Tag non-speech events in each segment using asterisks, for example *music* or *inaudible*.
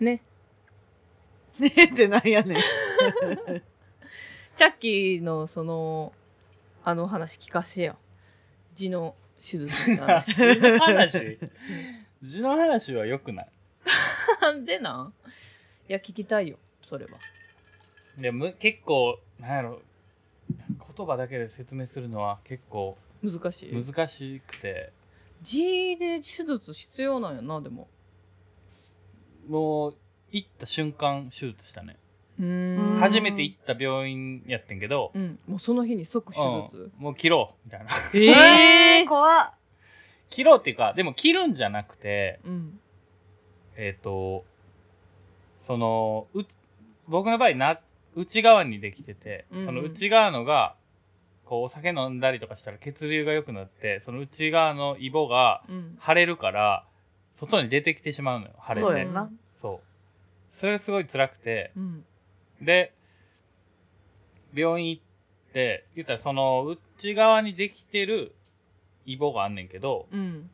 ねねえってなんやねん。チャッキーのそのあの話聞かせてよ痔の手術の話 *laughs* の話字の話はよくないなんでなんいや聞きたいよそれはでむ結構なんやろ言葉だけで説明するのは結構難しい難しくて痔で手術必要なんやなでももう行った瞬間手術したねうーん初めて行った病院やってんけど、うんもうその日に即手術うんもう切ろうみたいなえー怖っ。 *laughs* 切ろうっていうかでも切るんじゃなくてうんえっ、とそのう僕の場合な内側にできてて、うんうんその内側のがこうお酒飲んだりとかしたら血流が良くなってその内側のイボがうん腫れるから外に出てきてしまうのよ腫れてそうやんなそうそれがすごい辛くてうんで病院行って言ったらその内側にできてるイボがあんねんけどうん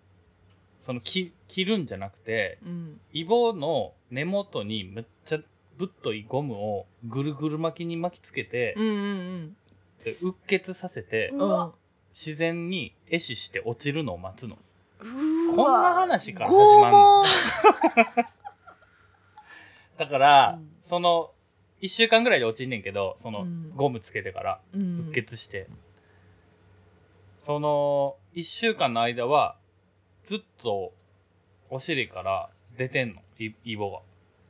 そのき切るんじゃなくてうんイボの根元にめっちゃぶっといゴムをぐるぐる巻きに巻きつけて、うんうんでうっ血させてううんわ自然に壊死して落ちるのを待つのここんな話から始ま拷るの問。だから、うんその1週間ぐらいで落ちんねんけどそうのんゴムつけてからうんうっ血して、その1週間の間はずっとお尻から出てんのイイボが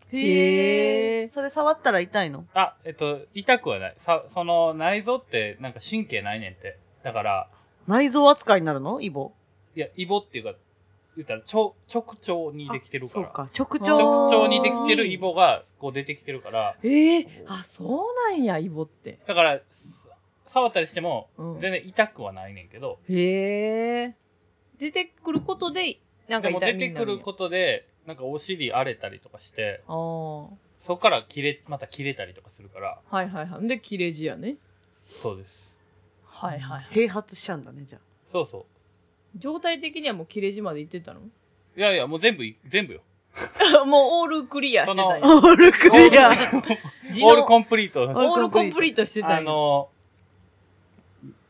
へへーえ。それ触ったら痛いの。あえっと痛くはないさその内臓ってなんか神経ないねんってだから内臓扱いになるのイボ。いやイボっていうか言ったら直直腸にできてるかそうらか。直腸。直腸にできてるイ。ボがこう出てきてるからええあそうなんやイボってだからす触ったりしてもうん全然痛くはないねんけど、へえ出てくることでなんかでも痛出みてになくるんやることでなんかお尻荒れたりとかしてああそこから切れまた切れたりとかするからはいはいはいで切れ字やねそうですはいはいはい併発しちゃうんだねじゃそうそ状態的にはもう切れ字まで行ってたのういやいやもう全部い全部よ *laughs* もうオールクリアしてたんあ。やオールクリ *laughs* ア。字オのールコンプリートですオールコンプリートしてたあんやの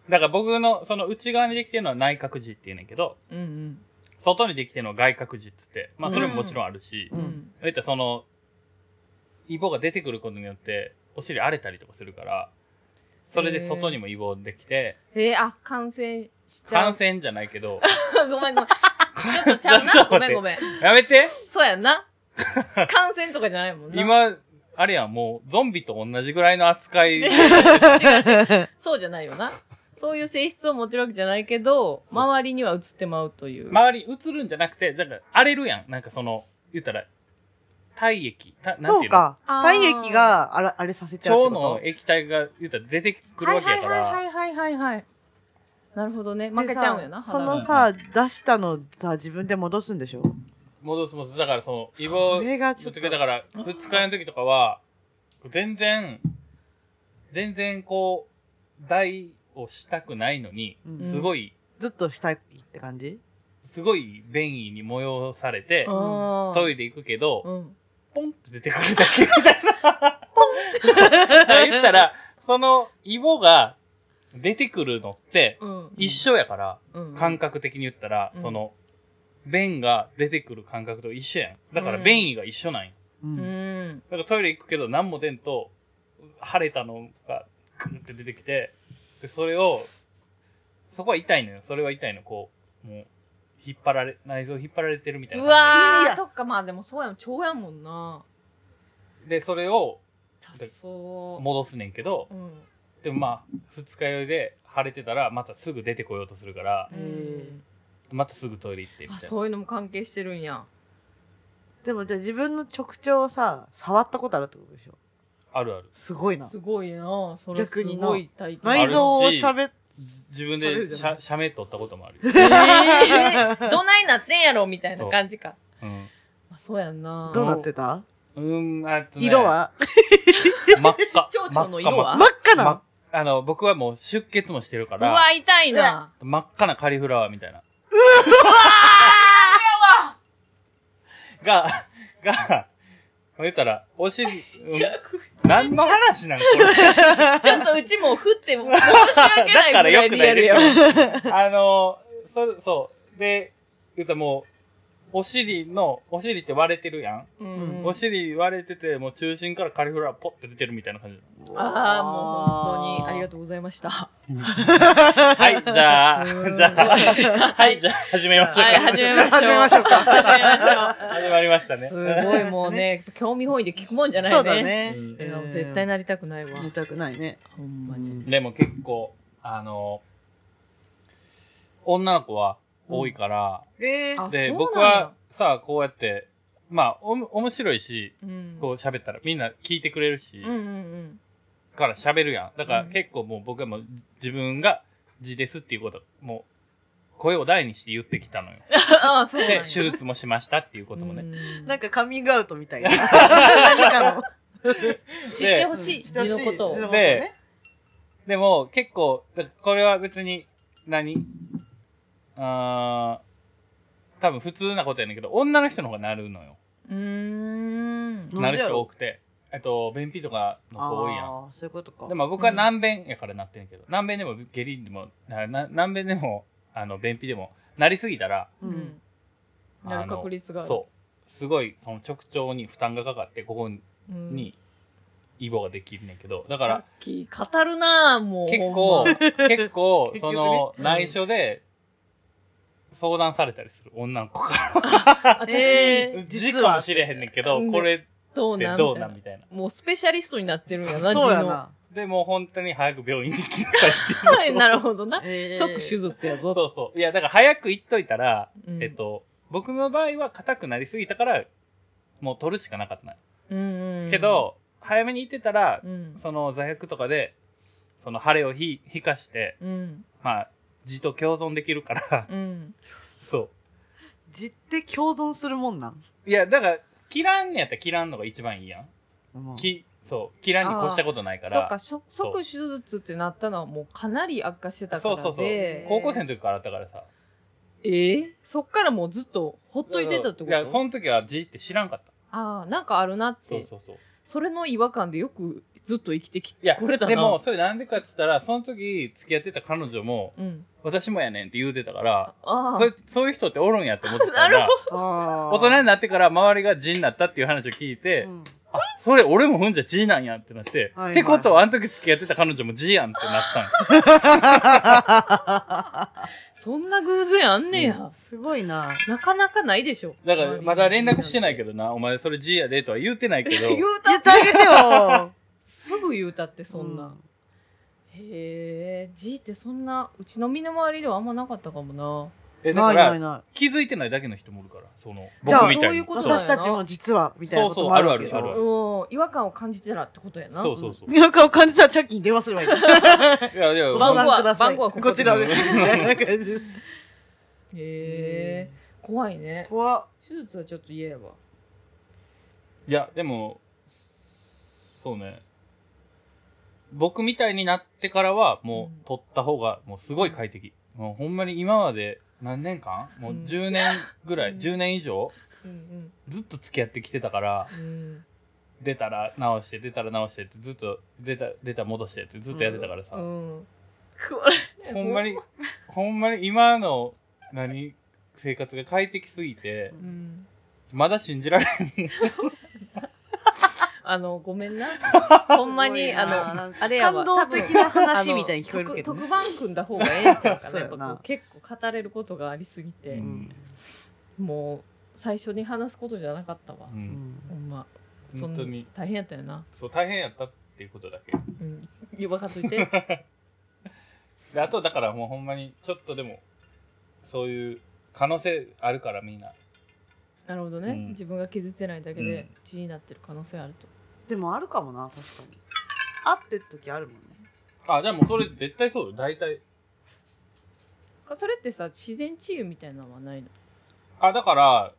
だから僕のその内側にできてるのは内角寺っていうねんけどうん外にできてるのは外角寺っつってまあそれももちろんあるし、ううんんうんそういったそのイボが出てくることによってお尻荒れたりとかするからそれで外にもイボできてへえあ感染しちゃ感う染じゃないけど *laughs* *laughs* ごめんごめんちょっとちゃうちなょっとご待っめんてごめんやめてそうやん *laughs* な感染とかじゃないもんな今あれやんもうゾンビと同じぐらいの扱い違うそうじゃないよな。そういう性質を持ってるわけじゃないけど、そう周りには移ってまうという。周り映るんじゃなくてなんか荒れるやんなんかその言ったら体液たなんそていううのか。あー体液があらあれさせちゃうってこ腸との。液体が言ったら出てくるわけやから、はいはいはいはいはい。なるほどね。負けちゃうんやな、でさそ肌のが。さ、出したのさ、自分で戻すんでしょ戻す戻すだからそのイそボれがちちょょっっとと。だから2日目の時とかは全然全然こう大をしたくないのにうんすごい、ずっとしたいって感じすごい便意に催されて、うんトイレ行くけど、うん。ポンって出てくるだけみたい *laughs* なだから言ったらそのイボが出てくるのってうん。一緒やから、うん。感覚的に言ったら、うんその便が出てくる感覚と一緒やんだから便意が一緒なんよう。うんん。だからトイレ行くけど何も出んと晴れたのがクンって出てきてでそれをそこは痛いのよそれは痛いのこうもう引っ張られ内臓引っ張られてるみたいうなわいー、やそっか、まあでもそうやもん、腸やもんな。じでそれを痛そ戻すねんけどう。うん。でもまあ二日酔いで腫れてたらまたすぐ出てこようとするからへーまたすぐトイレ行ってみあ、たいなそういうのも関係してるんや。でもじゃあ自分の直腸をさ、触ったことあるってことでしょあるあるすごいな。すごいな。それす逆になごい体験。内臓を喋っじ自分それでじゃしないゃ写メ撮ったこともあるよ、えーどないなってんやろみたいな感じか。うんまあそうやんな。 *laughs* どうなってたうんあとね色は真っ赤 *laughs* 蝶々の色は真っ赤な真っのあの僕はもう出血もしてるかうらわ、痛いな。真っ赤なカリフラワーみたいな。が、が、言ったら、お尻、うんち何の話なんこれ。ょっとうちも振って申し訳ないぐ *laughs* らいリアルやわだあの、そ、そう。で、言ったらもう、お尻の、お尻って割れてるやん。うんお尻割れてて、もう中心からカリフラワーポッて出てるみたいな感じ。ああもう本当にありがとうございましたははい、じゃあ、すごいじゃあ、はい、じゃあ始めましょうか。い始めましょう始めましょうか始めましょ始まりましたうね。すごいもう *laughs* ね興味本位で聞くもんじゃないねそうだねうん。いや絶対な。なりたくないわ見たくないね。ほんまうにんでも結構、あの、女の子は多いから、えーあで、そうなんや僕はさ、こうやって、まあ、おも面白いし、うんこう喋ったらみんな聞いてくれるし、うんうんうんから喋るやん。だからうん結構もう僕はもう自分が字ですっていうこと、もう声を大にして言ってきたのよ。ああそうなんで、や手術もしましたっていうこともね。うんなんかカミングアウトみたいな。何かの。知ってほしい字人のことを字のことでねでも結構、だこれは別に何、あー多分普通なことやねんけど、女の人の方がなるのよ。うーんなんでやろなる人多くて。えっと、便秘とかの子多いやん。あーそういうことか。でも僕は軟便やからなってんけど、軟便でも下痢でも、なな軟便でも、あの、便秘でも、なりすぎたら、ううんんなる確率があるそうすごいその直腸に負担がかかってここにうんイボができるねんけどださかっらき語るなあもう結ほ構 *laughs* んま結構結そ局ねのうん内緒で相談されたりする女の子か私、えーら字実かはもしれへんねんけどうんこれってどうなんどうなんみたいなもうスペシャリストになってるんやなそうや字のな。でもう本当に早く病院に行きなさいって *laughs* いうはい、なるほどな。えー即手術やぞ。そうそういやだから早く行っといたらうんえっ、と僕の場合は硬くなりすぎたからもう取るしかなかったのようんうんうんけ、ど早めに行ってたらうん。その座薬とかでその腫れをひ引かしてうん。まあ字と共存できるからうん。 *laughs* そ字って共存するもんなん。ういやだから切らんのやったら切らんのが一番いいやん、うんきそう切らんに越したことないかそっらか、しょ即手術ってなったのはもうかなり悪化してたからそうで。そうそう高校生の時からあったからさえーそっからもうずっとほっといてたってこといやその時は字って知らんかったああ、なんかあるなって。そそうそうそうれの違和感でよくずっと生きてきいやてこれたな。でも、それなんでかっつったらその時付き合ってた彼女もうん。私もやねんって言うてたからああそ。れそういう人っておるんやって思ってたなから大大人になってから周りが字になったっていう話を聞いて、あそれ俺もふんじゃ G なんやってなって、はいはいってことはあの時付き合ってた彼女も G やんってなったんよそんな偶然あんねや。すごいな。なかなかないでしょ。だからまだ連絡してないけど。どなお前それ G やでとは言うてないけど言うた *laughs* 言ってあげて *laughs* よ。すぐ言うたってそんな。う。へえ G ってそんなうちの身の回りではあんまなかったかもえだなかいないらな気づいてないだけの人もおるからそのじゃあ僕みたそいういにうい。ことだよ私たちも実はみたいなこともあるわけでしょそうそうあるあるあなうるん違和感を感じてらってことやなそうそうそ *laughs* う違和感を感じたらチャッキーに電話すればいい。いやいやうごん番相談号はください番号はこここちらです。うんみたいな感 *laughs* じへえ怖いね怖っ手術はちょっと嫌やわいやでもそうね僕みたいになってからはもうんう取った方がもうすごい快適、もうほんまに今まで何年間もううん10年ぐらい、うん10年以上うんずっと付き合ってきてたからうんうん出たら直して出たら直してってずっと出た出た戻してってずっとやってたからさ、うんほんまにほんまに今の何生活が快適すぎてうんまだ信じられないあのごめん *laughs* なほんまにあののあれやわ感動的な話みたいに聞こえるけ特ど特ね番組んだ方がええんちゃうか *laughs* そうなややなっぱこう結構語れることがありすぎうて、んもう最初に話すことじゃなかったわ、ううんんほんまそん本当に大変やったよなそう大変やったっていうことだけうん分かっといて *laughs* であとだからもうほんまにちょっとでもそういう可能性あるからみんななるほどね、うん自分が気づいてないだけうでん血になってる可能性あると、でもあるかもな確かに会ってる時あるもんねあじゃあもうそれ絶対そうよ大体かそれってさ自然治癒みたいなのはないのあだから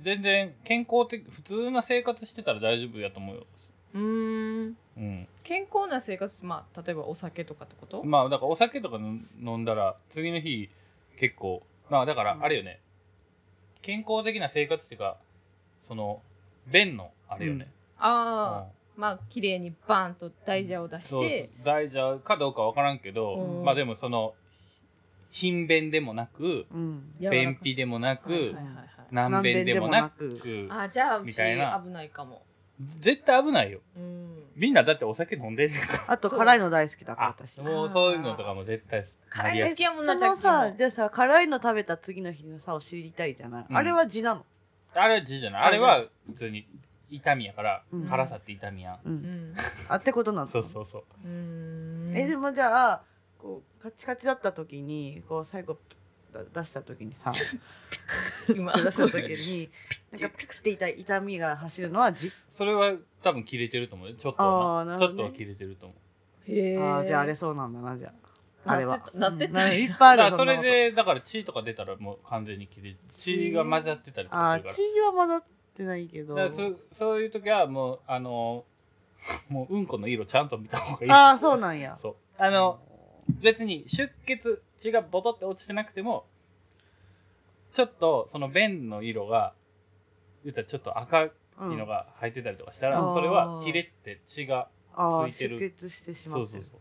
全然健康的普通な生活してたら大丈夫やと思うようーんうん健康な生活ってまあ例えばお酒とかってこと、まあだからお酒とか飲飲んだら次の日結構まあだからあれよね、健康的な生活っていうかその弁のあれよね、うんああ、まあ綺麗にバーンと大蛇を出しそうて、大蛇かどうかわからんけど、うんまあでもその貧弁でもなくうん。柔らかさ便秘でもなく、はいはいはいはい難弁でもな軟便でくあーじゃあうみちたいな危ないかも。絶対危ないようん。みんなだってお酒飲んでんねんからあとそう辛いの大好きだから *laughs* あ私。もうそういうのとかも絶対な辛りいやの好すいきやもんそなジャッのキーさ、もじゃあさ、辛いの食べた次の日のさを知りたいじゃない。うんあれは地なの。あれは字じゃないあれは普通に痛みやから、うん辛さって痛みやう。うんん。あってことなの。そうそうそううーん。えでもじゃあこうカチカチだった時にこう最後だ出した時に *laughs* さ今出した時になんかピクって痛い痛みが走るのはじそれは多分切れてると思うよちょっとはなあーなるほちょどっねとは切れてると思 *laughs* うへえ。ああじゃああれそうなんだなじゃああれはなってたなってたうんいっぱいだあるからよそんなれことでだから血とか出たらもう完全に切れる血が混ざってたりとあかあするから血はまだってないけどだからそそういう時はもうあのもううんこの色ちゃんと見た方がいいああそうなんやそうあの別に出血血がボトって落ちてなくてもちょっとその便の色が言ったらちょっと赤いうんのが入ってたりとかしたら、うんそれは切れって血がああついてる出血してしまっそうてそうるそう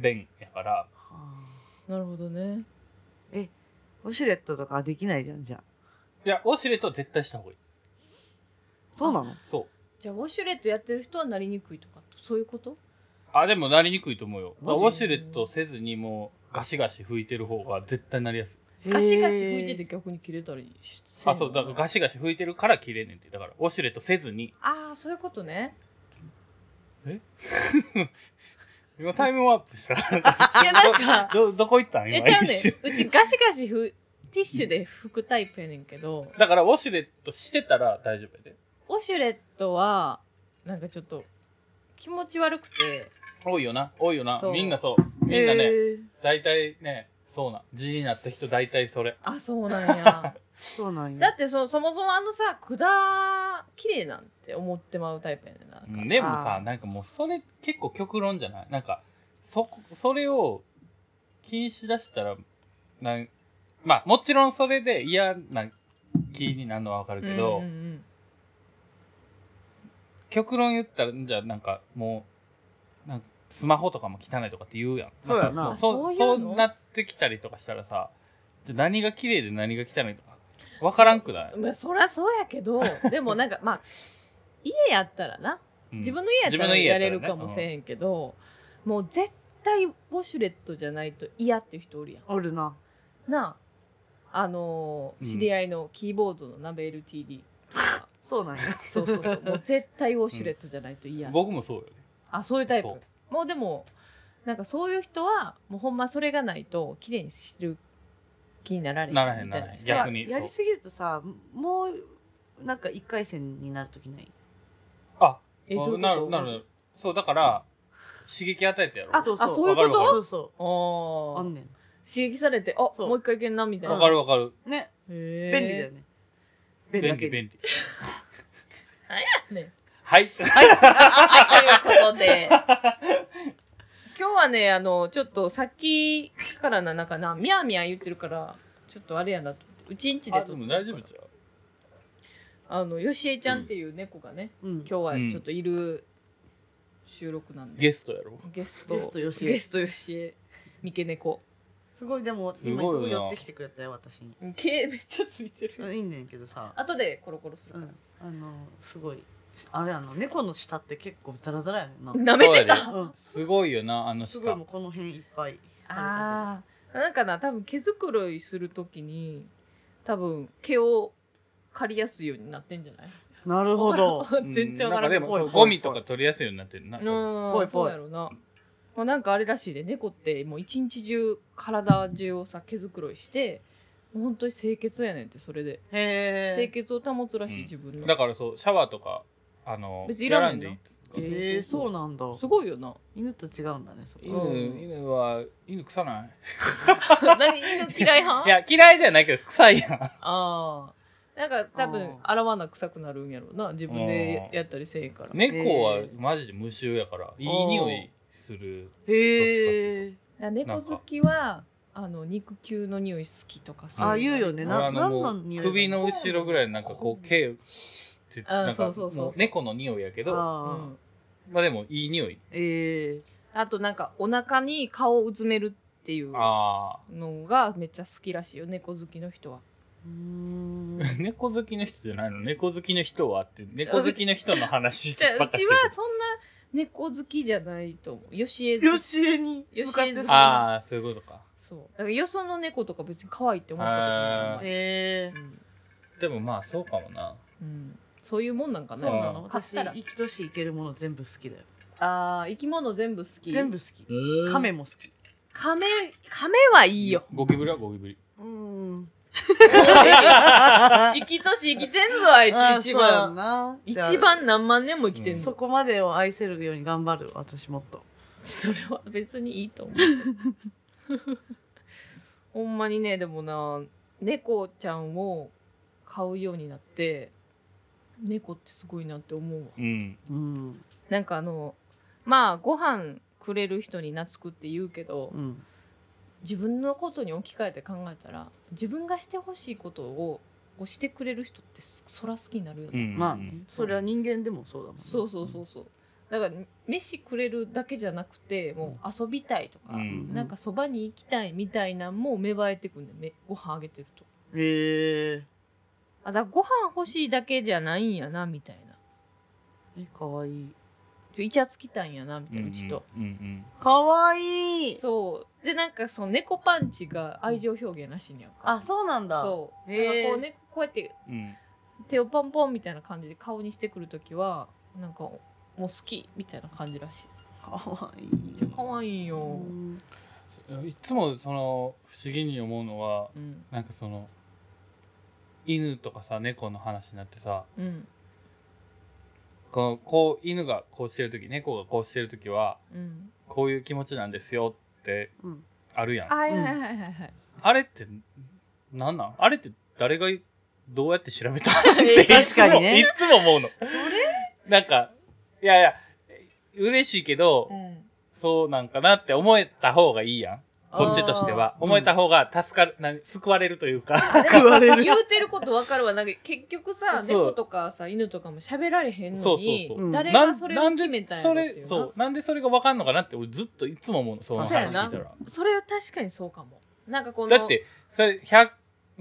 便やからはあなるほどね。ウォシュレットとかできないじゃんじゃあいやウォシュレットは絶対した方がいいそうなのそうじゃあウォシュレットやってる人はなりにくいとかそういうこと？あでもなりにくいと思うよウマジォシュレットせずにもうガシガシ拭いてる方が絶対なりやすいガシガシ拭いてへてえ逆に切れたりしあそうだからガシ。シガシ拭いてるから切れんねんってだからウォシュレットせずにああそういうことね。今タイムワープしたいやなんかど *laughs* どこ行ったんえ今ちゃう一ね瞬ん。うちガシガシふティッシュで拭くタイプやねんけど、だからウォシュレットしてたら大丈夫やでウォシュレットはなんかちょっと気持ち悪くて、多いよな多いよなそうみんなそうみんなねへえ大体ねそうな字になった人大体それあそうなん *laughs* や。そうなんだやってそそもそもあのさ管綺麗なんて思ってまうタイプやねんななんか。でもあさーなんかもうそれ結構極論じゃないなんかそこそれを禁止出したらなんまあもちろんそれで嫌な気になるのはわかるけど、うんうんうん極論言ったらじゃあなんかもうなんかスマホとかも汚いとかって言うやんそうやなんかもあそそうそいうのうなってきたりとかしたらさじゃあ何が綺麗で何が汚いとか分からんくない、まあ、そりゃそうやけどでもなんかまあ家やったらなうん自分の家やった自分らの家ややったられねるかもせえへんけど、もう絶対ウォシュレットじゃないと嫌っていう人おるやおるなんなああのーうん知り合いのキーボードのナベ LTD とかそうなん *laughs* やそうそう *laughs* そうもう絶対ウォシュレットじゃないと嫌、僕もそうよねあそういうタイプそうもうでもなんかそういう人はもうほんまそれがないと綺麗にしてる気になられへんならへんみたいならへん人逆にややりすぎるとさもうなんか一回戦になるときないあえどういうことなるなるなるそうだから刺激与えてやろあそうあそういうわこかるわかとそうそあうあーんね刺激されてあそうもう一回いけんなみたいな分かる分かるんね便便利だよね便利だ便利け便に利ねははいいということで今日はねあのちょっとさっきからななんかなみやみや言ってるからちょっとあれやなと思ってうちんちであとでも大丈夫じゃうあのよしえちゃんっていう猫がね、うん今日はちょっといる収録なんで、ゲストやろゲストゲストよしえゲストよしえ三毛猫すごいでも今すごいすよごい寄なってきてくれたよ私に毛めっちゃついてうるんいいねんけどさ *laughs* 後でコロコロするうかんあのすごいあれあの猫の舌って結構ザラザラやねんなら、舐めてたそうんすごいよなあのすごい下もうこの辺いっぱいあああなんかな多分毛づくろいするときに多分毛を刈りやすいようになってんじゃないなるほど *laughs* 全然わからうんないんかでもぽいそうぽいゴミとか取りやすいようになってるなうんぽいぽいそうやろな、まあ、なんかあれらしいで猫ってもう一日中体中をさ毛づくろいしてもう本当に清潔やねんってそれで *laughs* へ清え潔を保つらしい、うん自分のだからそうシャワーとかあの別にいらんねんなやですかへえそうなんだすごいよな犬と違うんだねそこ犬、うん犬は犬臭ない何犬嫌い派いや嫌いではないけど臭いや *laughs* んああなんか多分あ洗わな臭くなるんやろうな自分でやったりせえへんから、猫はマジで無臭やからいい匂いするへえだから猫好きはあの肉球の匂い好きとかそうあい言うよねな俺あ何もうの匂いなの首の後ろぐらいなんかこう毛ってあーなんそかうそうそうもう猫の匂いやけどうああんまあでもいい匂いええあとなんかお腹に顔をうずめるっていうあのがめっちゃ好きらしいよ猫好きの人はうーんー *laughs* 猫好きの人じゃないの猫好きの人はって猫好きの人の話 *laughs* じゃあばっうかちしてはそんな猫好きじゃないと思うよしえよしえに向かっよてしえずああそういうことかそうだからよその猫とか別に可愛いって思ったことないええうんでもまあそうかもなうんそういうもんなんかそうななの買っ私たら生きとし生けるもの全部好きだよあー生き物全部好き全部好きカ亀も好きカメカメはいいよゴキブリはゴキブリうー *laughs* ん生きとし生きてんぞあいつ一番番一番何万年も生きてんうんぞそ、こまでを愛せるように頑張る私もっとそれは別にいいと思う *laughs* ほんまにねでもな猫ちゃんを買うようになって猫ってすごいなって思うわうんうんなんかあのまあご飯くれる人に懐くって言うけどうん自分のことに置き換えて考えたら自分がしてほしいことをこうしてくれる人ってそそら好きになるよね、うんまあねそれは人間でもそうだもんねそうそうそうそうだから飯くれるだけじゃなくてもう遊びたいとか、うんなんかそばに行きたいみたいなんも芽生えてくんねめご飯あげてるとへえあだからご飯欲しいだけじゃないんやなみたいなえかわいいちょイチャつきたんやなみたいな、うちとうんうんかわいいそうでなんかその猫パンチが愛情表現らしいんやんかあそうなんだそうへなんかーこう猫こうやってうんうん手をポンポンみたいな感じで顔にしてくるときはなんかもう好きみたいな感じらしいかわいいめっちゃ可愛いよ、うんいつもその不思議に思うのはうんなんかその犬とかさ猫の話になってさうんこのこう犬がこうしてる時猫がこうしてる時はうんこういう気持ちなんですよってうんあるやんあはいはいはいはいはいれってなんなんあれって誰がどうやって調べたえい確つかもにねいつも思うのそれなんかいやいや嬉しいけど、うんそうなんかなって思えた方がいいやんこっちとしてはあー思えた方が助かる、なん、救われるというか食われる言うてることわかるわなんか結局さそう猫とかさ犬とかも喋られへんのにそうそうそううん誰ながんそれを決めたんやろっていうなんでなそれそうなんでそれが分かんのかなって俺ずっといつも思うのその話そう聞やいなたらそれは確かにそうかもなんかこのだってそれ100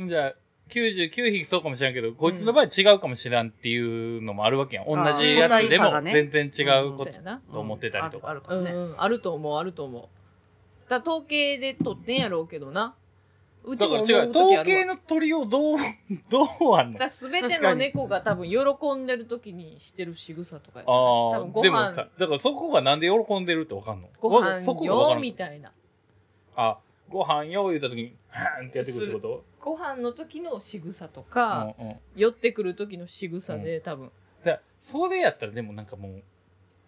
じゃあ99匹そうかもしれんけど、こいつの場合違うかもしれんっていうのもあるわけやん同あーじやつ個体で差もがね全然違うそことう、やなと思ってたりとかあるあうるん、らねうん、あると思うあると思うだから統計で取ってんやろうけどなうちだもから思う違時うあ統るわ計の鳥をどう *laughs* どうあんのだ全ての猫が多分喜んでる時にしてる仕草とかやあ多分ーごでもさ飯だからそこがなんで喜んでるって分かんのごわそ飯こが分かよらんみたいなあご飯よ言った時にハーンってやってくるってことご飯の時の仕草とか、うんうん寄ってくる時の仕草で多分、だからそれやったらでもなんかもう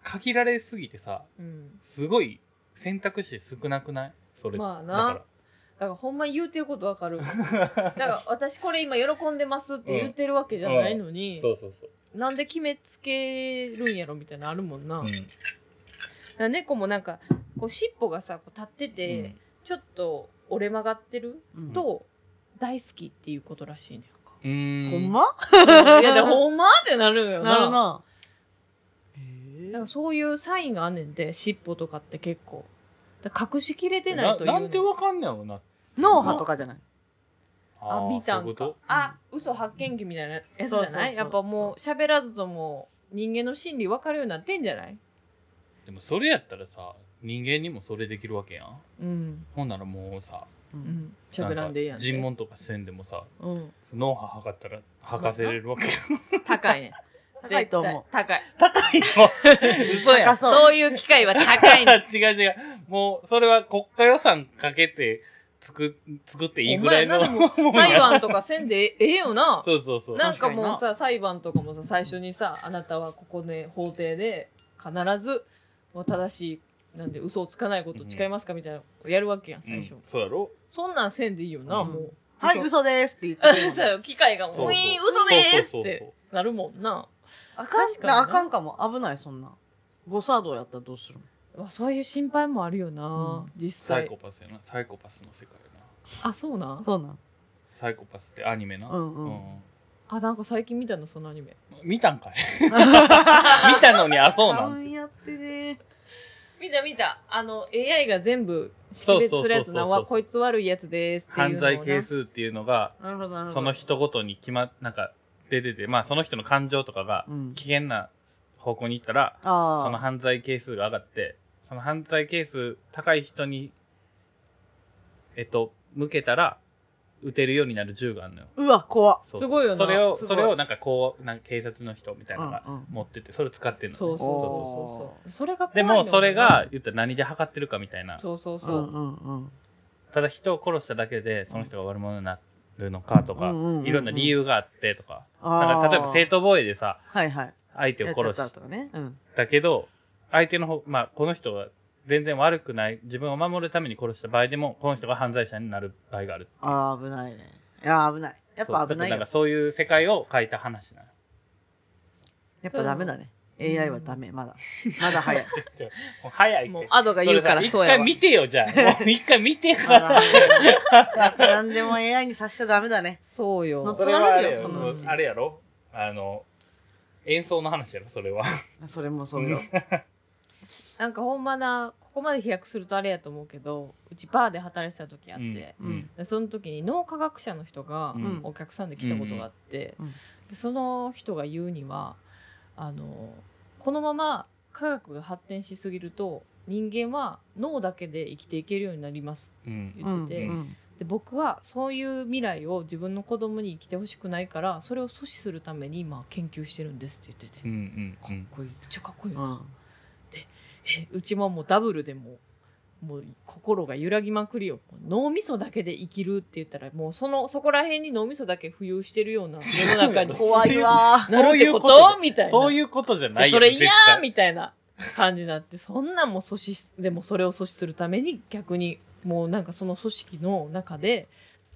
限られすぎてさうん、すごい選択肢少なくないそれまあなだからだからほんま言うてることわか *laughs* るだから私これ今喜んでますって言ってるわけじゃないのに、そうそうそう、なんで決めつけるんやろみたいなのあるもんな、うんだから猫もなんかこう尻尾がさこう立ってて、うんちょっと折れ曲がってるうんと大好きっていうことらしいねんかうーんほんま *laughs* いやでもほんまってなるよななるなだからそういうサインがあんねんで尻尾とかって結構だから隠しきれてないというなねなんでわかんねやろな脳波とかじゃないあー見たそういんうこかとあ嘘発見器みたいなやつじゃそうそうなそういやっぱもう喋らずとも人間の心理分かるようになってんじゃないでもそれやったらさ人間にもそれできるわけやんうんほんならもうさううんん喋らんでいいやんかて尋問とかせんでもさうん脳波測ったら測せれるわけやん *laughs* 高いね高いと思う絶対高い高いの嘘や高んそうそういう機会は高いね違う違うもうそれは国家予算かけて作作って *laughs* いいぐらいのほんまやなでもんや裁判とかせんでええよなそうそうそうなんかもうさ裁判とかもさ最初にさあなたはここで法廷で必ずもう正しいなんで嘘をつかないことを誓いますかみたいなことやるわけやん最初、うんそうやろそんなんせんでいいよな、うんもうはい嘘ですって言ってあくれる *laughs* そうよ機械がもうそうそうウィーン嘘でーすそうそうそうそうってなるもんなあかん確かになあかんかも危ないそんな誤作動やったらどうするのまあそういう心配もあるよな、実サイ際コパスやなサイコパスの世界やなあそうなんそうなんサイコパスってアニメなうんうんうんあ、なんか最近見たの、そのアニメ。見た *laughs* んかい見たのにあそうなんてやってね。見た見た。あの、AI が全部識別するやつな。そうそうそうそうわ、こいつ悪いやつですっていうの犯をな罪係数っていうのがなるほど、なるほど。その人ごとに決まなんか出ててまあその人の感情とかがうん危険な方向に行ったら、ああ。その犯罪係数が上がってその犯罪係数高い人にえっと向けたら撃てるようになる銃があるのようわ、怖っ。そうすごいよなそれをすごいそれをなんかこうなんか警察の人みたいなのがうんうん持っててそれ使ってるのね、そうそうそうそうそう。それが怖でいのよもそれが、言ったら何で測ってるかみたいなそうそううそんう。うんうん。ただ人を殺しただけでその人が悪者になるのかとか、うんうんうんうんいろんな理由があってとかあなんか例えば正徒。当防衛でさはいはい。相手をやっ殺ちゃったしとかね。うん。たけど相手の方、まあ、この人は全然悪くない自分を守るために殺した場合でもこの人が犯罪者になる場合があるああ、危ないね。いや、危ない。やっぱ危ないそうだからなよんか。そういう世界を書いた話なのやっぱダメだね。そう AI はダメ、まだ。まだ *laughs* 早い。ちょっともう早いってもう、アドが言うかられさそうや一回わ。見てよじゃあもう一回見てかまらだ早い *laughs* やっぱ何でも AI にさせちゃダメだね。そう乗よっ。それはあれ取られるよやそんなろのあれやろあの演奏の話やろそれはそれもそうよ。なんかほんまな、ここまで飛躍するとあれやと思うけど、うちバーで働いてた時あって、うんうんでその時に脳科学者の人がうんお客さんで来たことがあって、うんうんでその人が言うにはあのこのまま科学が発展しすぎると人間は脳だけで生きていけるようになりますうん言ってて、うんんで僕はそういう未来を自分の子供に生きてほしくないからそれを阻止するために今研究してるんですって言ってて、うんうんうんかっこいいめっちゃかっこいいよ、ううんうちももうダブルでもうもう心が揺らぎまくりよ脳みそだけで生きるって言ったらもうそのそこら辺に脳みそだけ浮遊してるような世の中にそう怖いわなるってことそういうことみたいな。そういうことじゃないよそれ嫌絶対みたいな感じになって、そんなんも阻止し、でもそれを阻止するために逆に、もうなんかその組織の中で、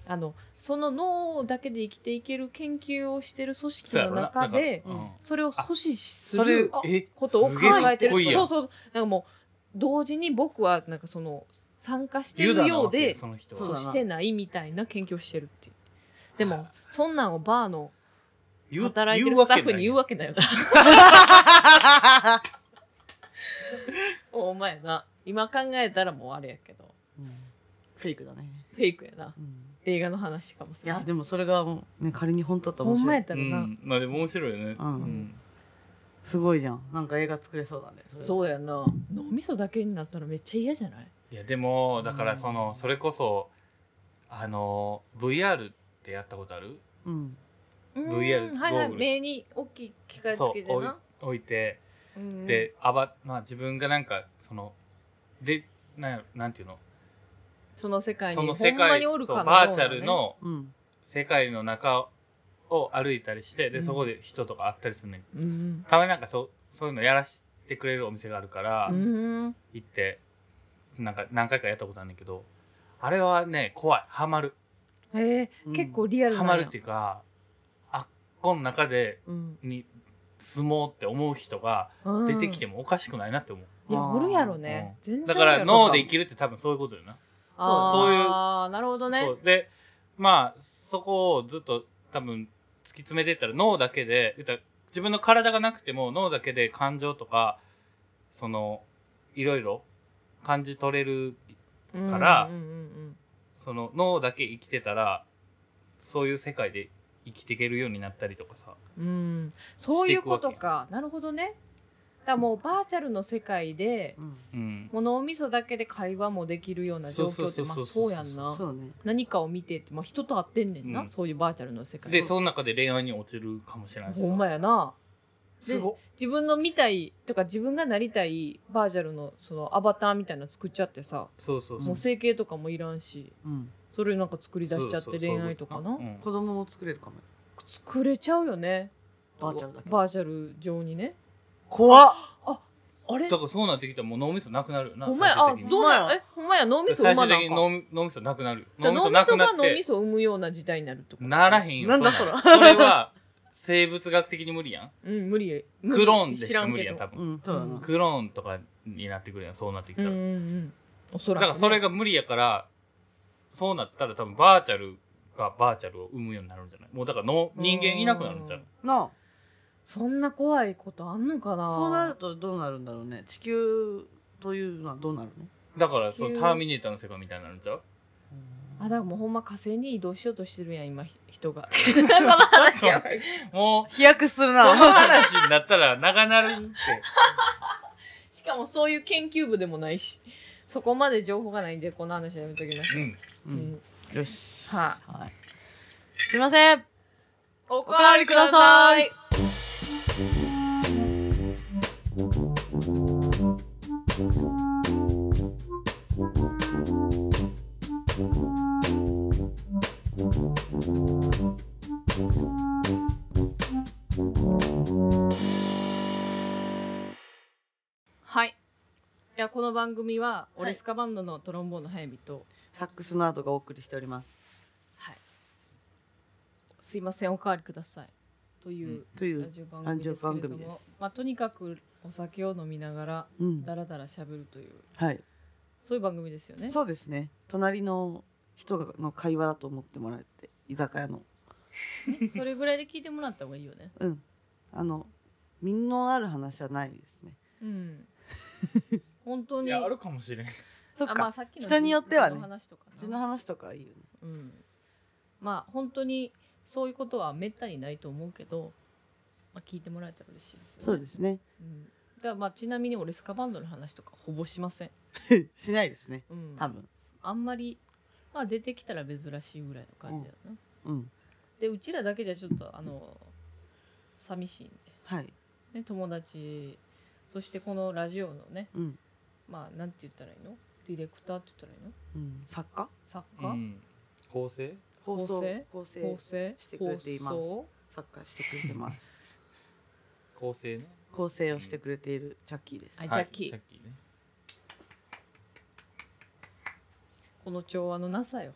あの、その脳だけで生きていける研究をしてる組織そうやのろな中で、なんかうんそれを阻止すそれるえことを考すげえかえってる。こいいやんそうそう。なんかもう、同時に僕はなんかその、参加してユダるなよわうけで、その人そそううだなしてないみたいな研究をしてるっていう。でも、そんなんをバーの働いてるスタッフに言うわわけだよな。お前な今考えたらもうあれやけどフェイクだね。フェイクやなうん映画の話かもしいれなや、いでもそれがもうね仮に本当だったらほ面んま白やっい。たらな、うん、まあでも面白いよね、うんうんすごいじゃん。なんか映画作れそうだね。それそうやな脳みそだけになったらめっちゃ嫌じゃないいやでもだからそのそれこそあの VR ってやったことあるうん。 VR うんはいはいゴーグル目に大きい機械つそうけて置いな置いてうんで、あばまあ、自分がなんかそのでなんやろなんていうのその世界そにのほ世んま界におるかそのうバーチャルよのうん。世界の中を歩いたりしてで、うんそこで人とか会ったりするのにうなねうんたまになんかそうそういうのやらしてくれるお店があるから、うん行ってなんか何回かやったことあるんだけどあれはね怖いハマるへえうん結構リアルハなマんるやっていうかあっこの中でうんに相撲って思う人がうん出てきてもおかしくないなって思う、いやおるやろね全然だから脳脳で生きるって多分そういうことだよなあーそういうなるほどねそうでまあそこをずっと多分突き詰めていったら脳だけで言ったら自分の体がなくても脳だけで感情とかそのいろいろ感じ取れるからうんうんうんその脳だけ生きてたらそういう世界で生きていけるようになったりとかさうん、そういうことか。なるほどね。だからもうバーチャルの世界で、うん。うんもう脳みそだけで会話もできるような状況って、そうそうそうそうまあそうやんな。そうね。何かを見てって、まあ人と会ってんねんな、うんそういうバーチャルの世界でその中で恋愛に落ちるかもしれないしさほんまやな。すごっ。自分の見たい、とか自分がなりたいバーチャルのそのアバターみたいなの作っちゃってさ、そうそうそもうう整形とかもいらんし、うん。それなんか作り出しちゃっそてうそう恋愛とかなそう。いうこ子供も作れるかも。作れちゃうよね。バーチャルだけど。バーチャル上にね。怖っあうれんだからそうなってきたらもう脳みそなくなるよなほんまや、最あ終、的にどうなえ、ほんまや、脳みそ最馬終な的んにか。脳み脳みそなくなるよだ脳から脳みそみなくそながっ脳みてそを生むような時代になるってことならへんよなんだそそんらな。それは生物学的に無理やんうん無理 *laughs* 無理クローンで知しらかん無け理やどん多う分ん、そうだな。クローンとかになってくるやんそうなってきうたんうら、んうんおそだらく、からそれがが無理やからそうなったら多分バーチャルがバーチャルを生むようになるんじゃないもうだからの人間いなくなるんじゃないなそんな怖いことあんのかあなそうなるとどうなるんだろうね地球というのはどうなるのだからそ地の球ターミネーターの世界みたいになるんちゃうあだからもうほんま火星に移動しようとしてるやん今ひ人がこの話やばいもう飛躍するそのな話になったら長なるってしかもそういう研究部でもないしそこまで情報がないんでこの話はやめときましうょう、んううんんよし、はいすいませんおかわりくださいはいいやこの番組はオレスカバンドのトロンボーンの速水と、サックスの後がお送りしておりますはい、すいませんおかわりくださいというといラう、ジオ番組ですけれどラジオ番組でもす、まあ、とにかくお酒を飲みながらうんだ、らだらしゃべるというはいそういう番組ですよねそうですね隣の人の会話だと思ってもらって居酒屋のそれぐらいで聞いてもらった方がいいよねうんあの身のある話はないですねうん本当いにやあるかもしれんそっか、あまあさっきの人によってはね自分の話とかうちのな話とかいいよねうん、まあ本当にそういうことはめったにないと思うけど、まあ、聞いてもらえたら嬉しいですよ、ね、、そうですすねうん、だからまあちなみに俺スカバンドの話とかほぼしません、しないですねうん、多分あんまり、まあ、出てきたら珍しいぐらいの感じだよな、うんでうちらだけじゃちょっとあの寂しいんはいで、ね、友達そしてこのラジオのねうん、まあなんて言ったらいいのディレクターって言ったらいいのうん、作家作う家、ん構成放送構成構成構成してくれています放送作家してくれてます構成ね構成をしてくれているチャッキーです、はいはいジャッキージャッキーねこの調和のなさよ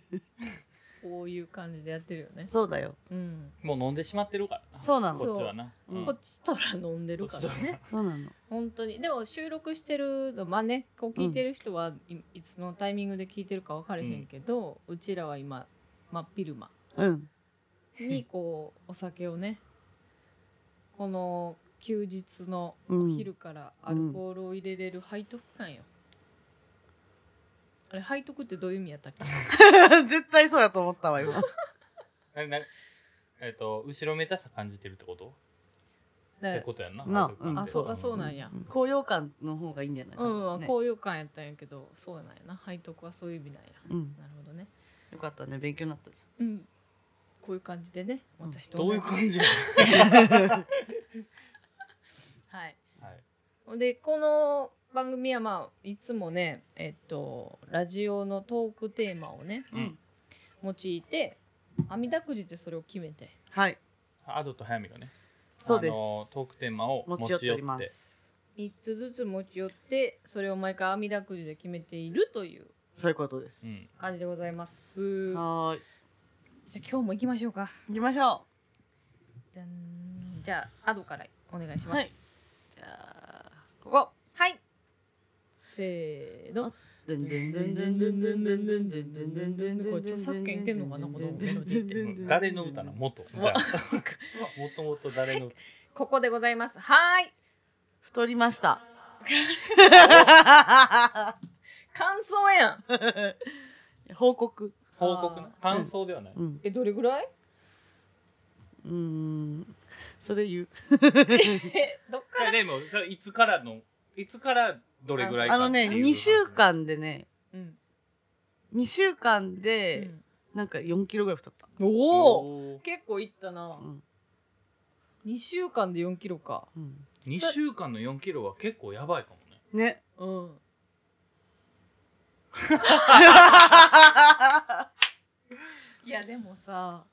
*laughs* こういう感じでやってるよねそうだようんもう飲んでしまってるからなそうなのそうこっちはなうんうんこっちとら飲んでるからね *laughs* そうなの本当にでも収録してるのまあねこう聞いてる人はい,、つのタイミングで聞いてるか分かれへんけど、うちらは今真っ昼間うんにこうお酒をねこの休日のうんお昼からアルコールを入れれる背徳感よ、あれ背徳ってどういう意味やったっけ絶対そうやと思ったわ今あれなえっと後ろめたさ感じてるってことってことやんなな背徳感ってあそうかそうなんや高揚感の方がいいんじゃないうん、ね高揚感やったんやけどそうなんやな背徳はそういう意味なんやうん、なるほどねよかったね勉強になったじうんこういう感じでねうん私とどういう *laughs* 感じやはいはいでこの番組はまあいつもねえっとラジオのトークテーマをねゃん、うん用いてあみだくじでそれを決めてはいアドと早見がねそうですあのトークテーマを持ち寄っております3つずつ持ち寄ってそれを毎回あみだくじで決めているというそういうことです、うん感じでございますじゃあはーい今日も行きましょうか行きましょじゃんじゃあアドからお願いしますうじゃあここはい、せーのこれ著うん誰の歌なの元じゃあもともと誰の歌ここでございますはーい太りました感想やん報告報告なあー感想ではないうん *laughs* えどれぐらいうんそれ言うえどっからでもそれいつからのいつからどれぐらいかあのねっていう2週間でねうん、 2週間うでん、なんか4キロぐらい太ったおおお結構いったなうん2週間で4キロかうん2週間の4キロは結構やばいかもねね *laughs* うんいやでもさ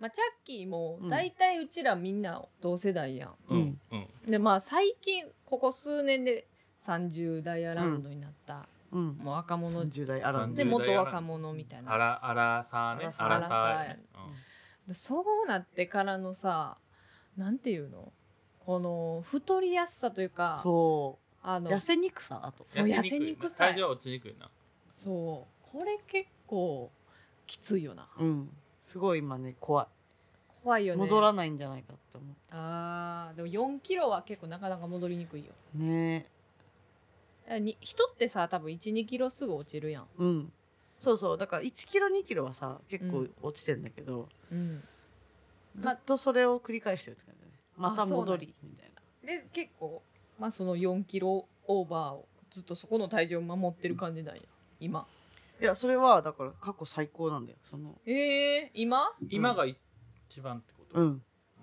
まあ、チャッキーもうん大体うちらみんな同世代やん、うんうんでまあ最近ここ数年で30代アラウンドになった、うんもう若者30代あら30で元若者みたいなあらあらさねああららささやねでそうなってからのさなんていうのこの太りやすさというかそあうの痩せにくさあとそう痩せにくさい体重は落ちにくいなそうこれ結構きついよなうんすごい今ね怖い怖いよね戻らないんじゃないかって思っあーでも4キロは結構なかなか戻りにくいよてねえに人ってさ多分12キロすぐ落ちるやん、うんそうそうだから1キロ2キロはさ結う構ん落ちてんだけど、うん、ずっとそれを繰り返してるって感じだねまたあそうなんだ戻りみたいなで結構、まあ、その4キロオーバーをずっとそこの体重を守ってる感じなんや今いやそれはだから過去最高なんだよそのえー、今今が一番ってこと、うんう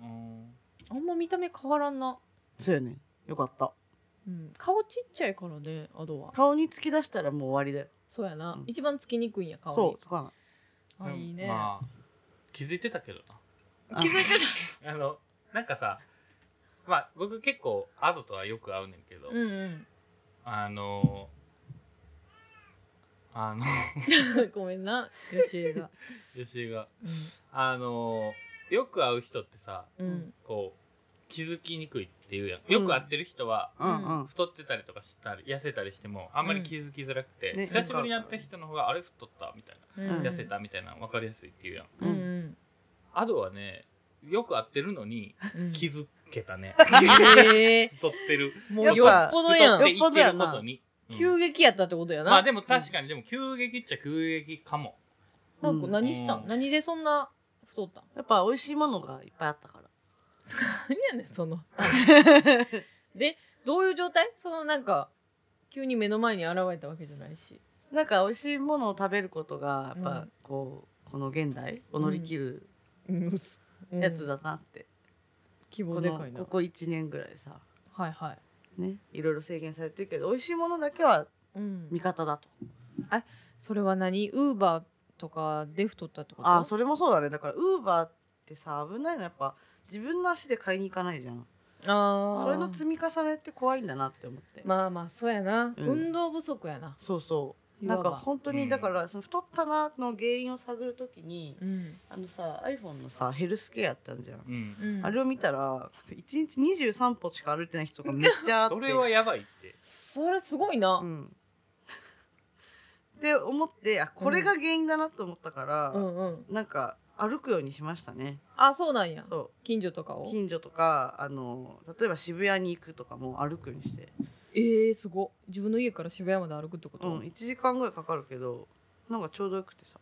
んあんま見た目変わらんな、そうよねよかったうん、顔ちっちゃいからねアドは顔に突き出したらもう終わりだよそうやな、うん一番つきにくいんや顔にそうつかなあいいいね、まあ、気づいてたけどあ気づいてな。あの、なんかさ、まあ僕結構アドとはよく会うねんけど、たうん *laughs* あの、あの、うんごめんなよしえが吉井が、あの、よく会う人ってさ、うんこう、気づきにくいっていうやん。よく会ってる人は、うんうん、太ってたりとかしたり痩せたりしてもあんまり気づきづらくて、うんね久しぶりに会った人の方があれ太ったみたいうんな痩せたみたいなの分かりやすいっていうやんうんうんアドはねよく会ってるのにうん気づけたねえ太ってるー、もうやっぱよっぽどや太っんて言ってることに、うん急激やったってことやな、まあでも確かにでも急激っちゃ急激かもなんか何したん、うん何でそんな太ったんやっぱ美味しいものがいっぱいあったから何やねんそ *laughs* のでどういう状態そのなんか急に目の前に現れたわけじゃないしなんか美味しいものを食べることがやっうぱんこう、この現代を乗り切るうんやつだなって、希望こでかのいなここ1年ぐらいさはいはい、ねいろいろ制限されてるけど美味しいものだけはうん味方だと、それは何ウーバーとかで太ったってことああそれもそうだねだからウーバーってさ危ないのやっぱ自分の足で買いに行かないじゃんあーそれの積み重ねって怖いんだなって思って、まあまあそうやな、うん運動不足やなそうそういわなんばか本当うにんだからその太ったなの原因を探るときに、うん、あのさ iPhone のさヘルスケアあったんじゃんうんうん、あれを見たら1日23歩しか歩いてない人がめっ *laughs* ちゃあってそれはやばいってそれすごいな、うんって思ってあこれが原因だなと思ったから、うんうんなんか歩くようにしましたねあそうなんやそ近所とかをう近所とかあの例えば渋谷に行くとかも歩くようにして、えー、すごい自分の家から渋谷まで歩くってこと、うん、1時間ぐらいかかるけどなんかちょうどよくてさ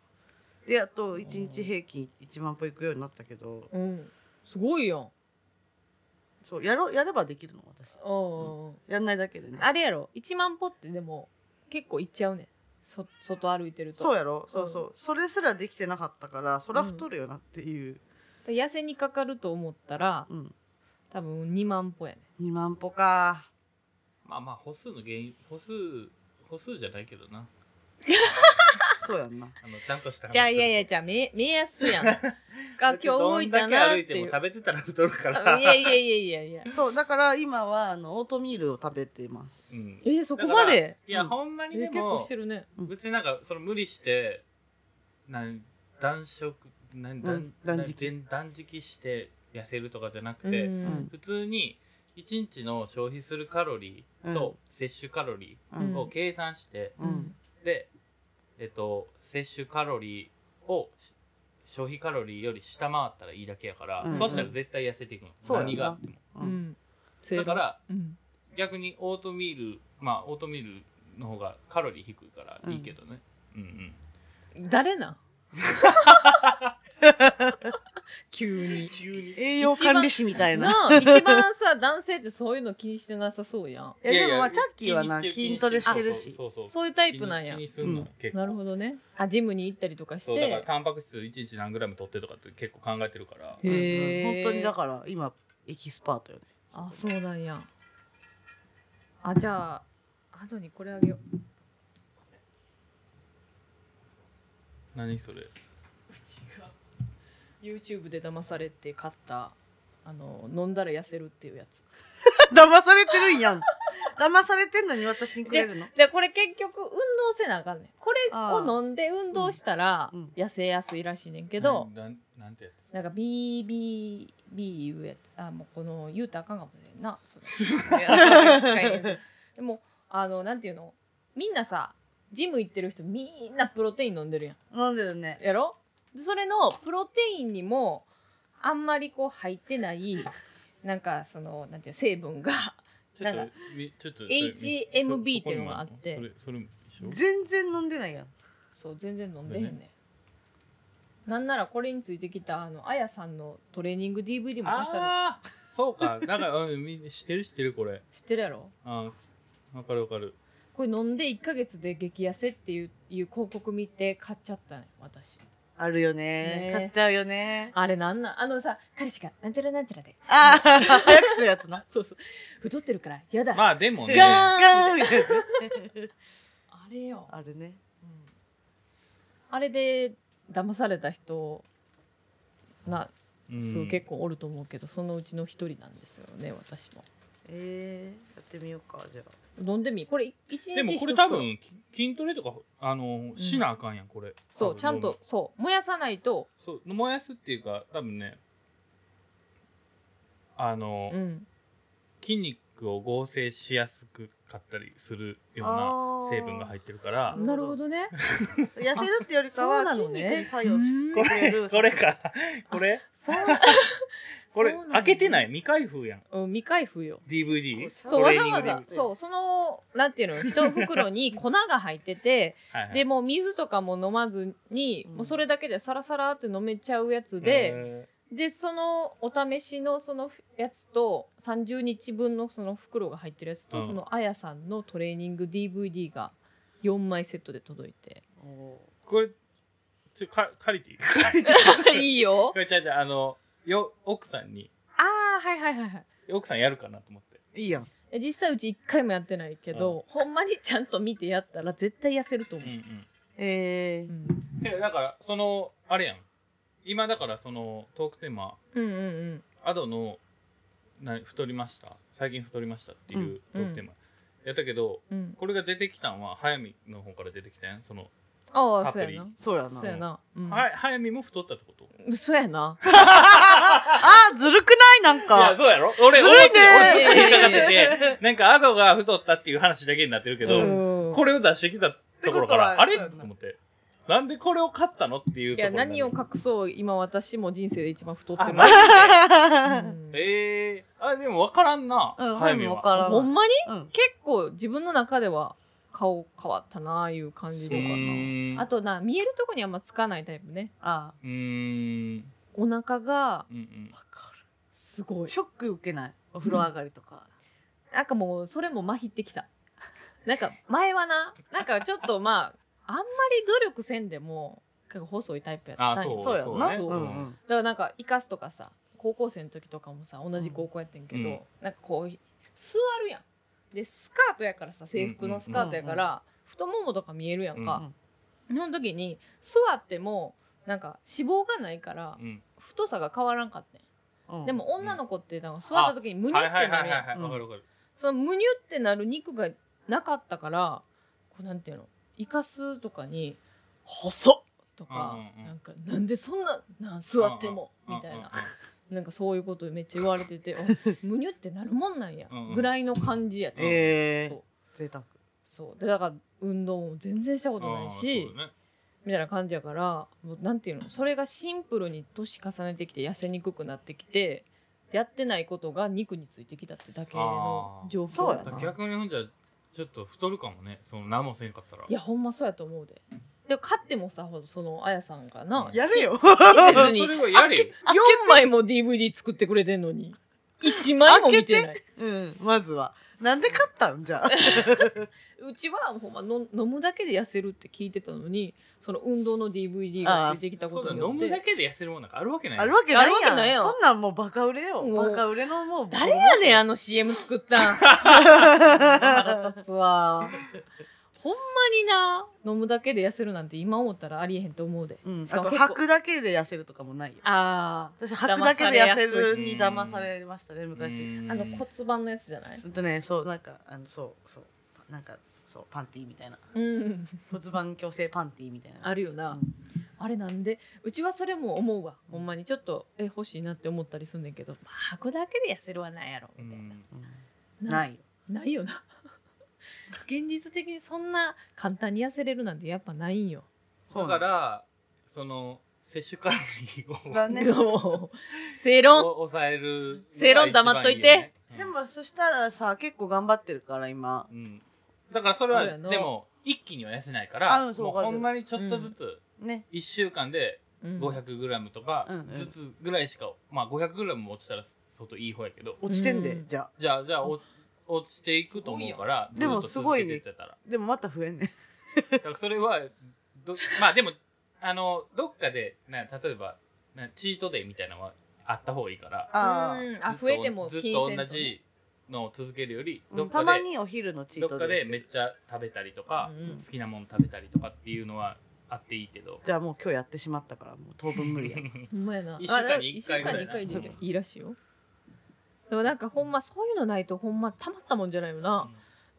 であと1日平均1万歩行くようになったけどうん、すごいやんうんそうやろやればできるの私うんうんやんないだけでねあれやろ1万歩ってでも結構行っちゃうねんそ外歩いてると *laughs* そうやろそうそう、それすらできてなかったからそら太るよなっていう、痩せにかかると思ったらうん多分2万歩やね2万歩かまあまあ歩数の原因歩数歩数じゃないけどなそうやんなあのちゃんとした話じゃあいやいややじゃあ目目安 *laughs* やんが今日動いたどんだなっけ歩ていていうも食べてたら太るかあらいやいやいやいやいやそうだから今はあのオートミールを食べてますう、んえー、そこまでいや、うんほんまえにーで結構もしてるね別になんかその無理してなん断食なん断,、うん断食全断食して痩せるとかじゃなうくて、ん普通に1日の消費するカロリーと摂取カロリううんーんを計算して、ううんんで、えっと、摂取カロリーを消費カロリーより下回ったらいいだけやから、うんうんそうしたら絶対痩せていくの、そうやな何があってもううんんだからうん逆にオートミールまあオートミールの方がカロリー低いからいいけどね、うん、うん誰なん急に急に栄養管理士みたいななあ一番さ男性ってそういうの気にしてなさそうやん *laughs* いやでもまあチャッキーはな筋トレしてるしそうそうそうそういうタイプなんや気に気にすんのようん結構なるほどねあジムに行ったりとかしそうだからてタンパク質1日何グラム取ってとかって結構考えてるからへえうんうん本当にだから今エキスパートよねあそうなんやあじゃああとにこれあげよう何それうちが *laughs* YouTube で騙されて買ったあの飲んだら痩せるっていうやつ *laughs* 騙されてるんやん騙されてんのに私にくれるのでこれ結局運動せなあかんねんこれあをー飲んで運動したらうんうん痩せやすいらしいねんけど、なんなんてやつなんか BBB いうやつあもうこの言うたらあかんかもしれんなそれいや使えへんでもあのなんていうのみんなさジム行ってる人みんなプロテイン飲んでるやん *laughs* 飲んでるねやろでそれのプロテインにもあんまりこう入ってないなんかそのなんていうの成 *laughs* 分がちょっなんとかみちょっと HMB っていうのがあってそれそれも一緒全然飲んでないやんそう全然飲んでへんねでなんならこれについてきたあのあやさんのトレーニング DVD も貸したらああそうかなんか、うん、みんな知ってる知ってるこれ知ってるやろあーわかるわかるこれ飲んで1ヶ月で激痩せっていういう広告見て買っちゃったね私あるよねね買っちゃうよねあれなんなんあのさ彼氏がなんちゃらなんちゃらでああ早くするやつなそうそう太ってるからやだ、まあでもね *laughs* ガーンガーンみたいなあれよあるねあれで騙された人なうんそう結構おると思うけど、そのうちの一人なんですよね私もえー、やってみようかじゃあ飲んでみこれ一日でもこれ一多袋分き筋トレとかあのしなあかんやんこれそう多分ちゃんとそう燃やさないとそう燃やすっていうか多分ねあの、うん筋肉を合成しやすくかったりするようあなー成分が入ってるからなるほどね痩せるってよりかはあそう筋なのね肉に作用してこくれる *laughs* れこれかこれ *laughs* そうこれそうなんだ開けてない未開封やんうん未開封よ DVD そうトわレーざニングわでざそうそのなんていう *laughs* の一袋に粉が入っててはいはいでもう水とかも飲まずに、うんもうそれだけでサラサラって飲めちゃうやつで、えでそのお試しのそのやつと30日分のその袋が入ってるやつと、うんそのあやさんのトレーニング DVD が4枚セットで届いておーこれちょか借りていい *laughs* 借 *laughs* りていいいいよこれちゃうちゃうあのよ奥さんに *laughs* ああはいはいはいはい奥さんやるかなと思ってーいいやんえ実際うち1回もやってないけど、ほんまにちゃんと見てやったら絶対痩せると思うう、んえうー、ん、でだからそのあれやん今だからそのトークテーマうんうんうんアドのな太りました最近太りましたっていうトークテーマ、やったけどうんこれが出てきたんは早見の方から出てきたやんその、ああサプそうやリなそうやなそうやな、うん、は早見も太ったってことそうやなあーずるくないなんいやかそうやろ俺ずるいね思って俺ずっと引っかかやっててなんかアドが太ったっていう話だけになってるけど、うんこれを出してきたところからってことはあれそうやとな思ってなんでこれを買ったのっていういとこやろになる何を隠そう今私も人生で一番太ってあまマすジうん *laughs* ええあでも分からんな、うん早見分かはらんほんまにうん結構自分の中では顔変わったなあいう感じうでーんあとな見えるとこにあんまつかないタイプねあうーんお腹がうんうんーわかすごるいショック受けないお風呂上がりとかなんかもうそれも麻痺ってきたなんか前はななんかちょっとまああんまり努力せんでも結構細いタイプやったんあよそうそうやそろうなねうんううんんだからなんか生かすとかさ高校生の時とかもさ同じ高校やってんけど、うんなんかこう座るやんでスカートやからさ制服のスカートやから、太ももとか見えるやんか、その時に座ってもなんか脂肪がないからうん太さが変わらんかったんやうんでも女の子ってなんか座った時にムニュはいっはいてはないるはやんいはいうんわかるわかるそのムニュってなる肉がなかったからこうなんていうのイカスとかに「細っ!」とか、うんうんうんなんかなんでそんななん座っても、うんうんみたいななんかそういうことめっちゃ言われて *laughs* てあむにゅってなるもんなんやうんうんぐらいの感じやった、えそーう贅沢そうでだから運動も全然したこうとんうんないあーそうし、だねみたいな感じやからもうなんていうのそれがシンプルに年重ねてきて痩せにくくなってきてやってないことが肉についてきたってだけの状況そうやだかなら逆にほんじゃちょっと太るかもねその何もせんかったらいやほんまそうやと思うででも勝ってもさほどそのあやさんがなやれよ親そ切れにはやれよ4枚も DVD 作ってくれてんのに1枚も見てない *laughs* うんまずはなんで買ったんじゃあうちはほんまの飲むだけで痩せるって聞いてたのにその運動の DVD がついてきたこそうとだによ飲っむだてけで痩せるもんなんかあるわけないあるわけないあるわけないややんんそんなんもうバカ売れよもうバカ売れのもう誰やねんあの CM 作ったん腹立つわ *laughs* ほんまにな飲むだけで痩せるなんて今思ったらありえへんと思うでうんしあかとも結構履くだけで痩せるとかもないよああ私履くだけで痩せるに騙騙さされましたねう昔ーんあの骨盤のやつじゃないうんとねそうなんかあのそうそうなんかそうパンティーみたいなうん骨盤矯正パンティーみたいなあるよな、うんあれなんでうちはそれも思うわほんまにちょっとえ欲しいなって思ったりすんねんけど、まあ、履くだけで痩せるはないやろうみたいな、んうんないよないよな現実的にそんな簡単に痩せれるなんてやっぱないんよ。そうなだかんだらその摂取カロリーだね *laughs* もう正を論を抑える正論黙っといてでもそしたらさ結構頑張ってるから今うん、うんだからそれはそうやなでも一気には痩せないかあうらんそうもうわかほるんまにちょっとずつ、ね1週間でうん5 0 0ムとかうんうんずつぐらいしか、まあ5 0 0ムも落ちたら相当いい方やけど落ちてんで、うんじゃあじゃあじゃあ落ち落ちていくと思うからでもすごいねずっと続けてってたらでもまた増えんねだからそれはどまあでもあのどっかでな例えばなチートデイみたいなのはあった方がいいからあうーんあずっと増えてもずっ気にせとん同とねじのを続けるよりうんどっかたで、まにお昼のチーどっトかデイでしてめっちゃ食べたりとか、うんうん好きなもの食べたりとかっていうのはあっていいけどじゃあもう今日やってしまったからもう当分無理やほんまやな。一週あ間にだから一回ぐらいな一週間に一回でいいらしいよ。でもなんかほんまそういうのないとほんまたまったもんじゃないよな。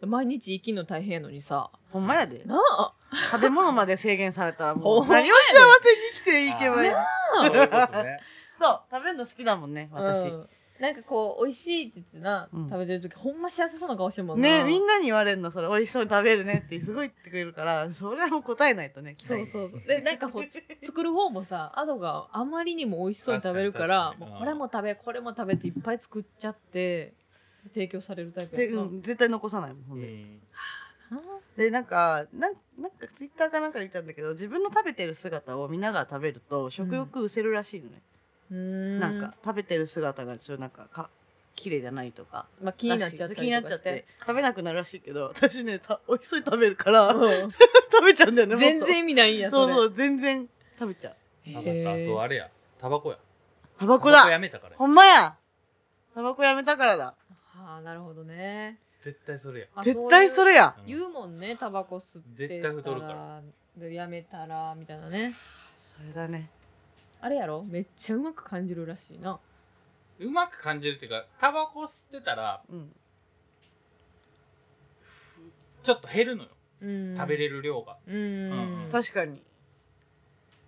毎日生きるの大変やのにさ。 *laughs* ほんまやでなあ。食べ物まで制限されたらもうほんまや何でを幸せに生きていけばいいそういうことねそう食べるの好きだもんね私、うんなんかこう美味しいって言ってな、うん食べてる時ほんま幸せそうな顔してるもんなねみんなに言われるのそれ美味しそうに食べるねってすごい言ってくれるからそれはもう答えないとね期そ待うそうそうでなんかこうつ作る方もさアドがあまりにも美味しそうに食べるから確かに確かにもうこれも食べこれも食べていっぱい作っちゃって提供されるタイプ *laughs* で、やな、うん、絶対残さないもんほうんで、んでなんかなんなんかツイッターかなんかで見たんだけど自分の食べてる姿を見ながら食べると食欲失せるらしいのね、うんなんか食べてる姿がちょっとなんかか綺麗じゃないとかまあ、気になっちゃっらしいた気になりっとちかゃっしてて食べなくなるらしいけど私ねた美味しそうに食べるから *laughs* う食べちゃうんだよねんもっと全然意味ないんやそそうれそう全然食べちゃうわかったあとあれやタバコやタバコタバコやだめたからやほんまやタバコやめたからだああなるほどね絶対それやあ絶対それやそういう言うもんねタバコ吸って絶対太るかららやめたらみたいなねそれだねあれやろめっちゃうまく感じるらしいなうまく感じるっていうかタバコ吸ってたらうんちょっと減るのようん食べれる量が、うんうん確かに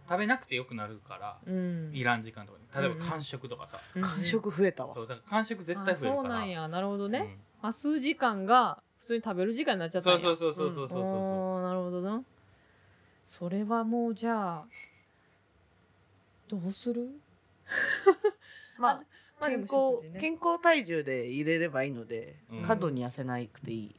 食べなくてよくなるからうんいらん時間とかに例えうんば間食とかさ、うん感触増えたわそうだから間食絶対増えあるそうかならんやなるほどね、まあ数時間が普通に食べる時間になっちゃうっんたんそやうそうそうそうそうそうそあーなるほどなそれはもうじゃあどうするまあまあで健も康食事ね健康体重で入れればいいのでうん過度に痩せなくていい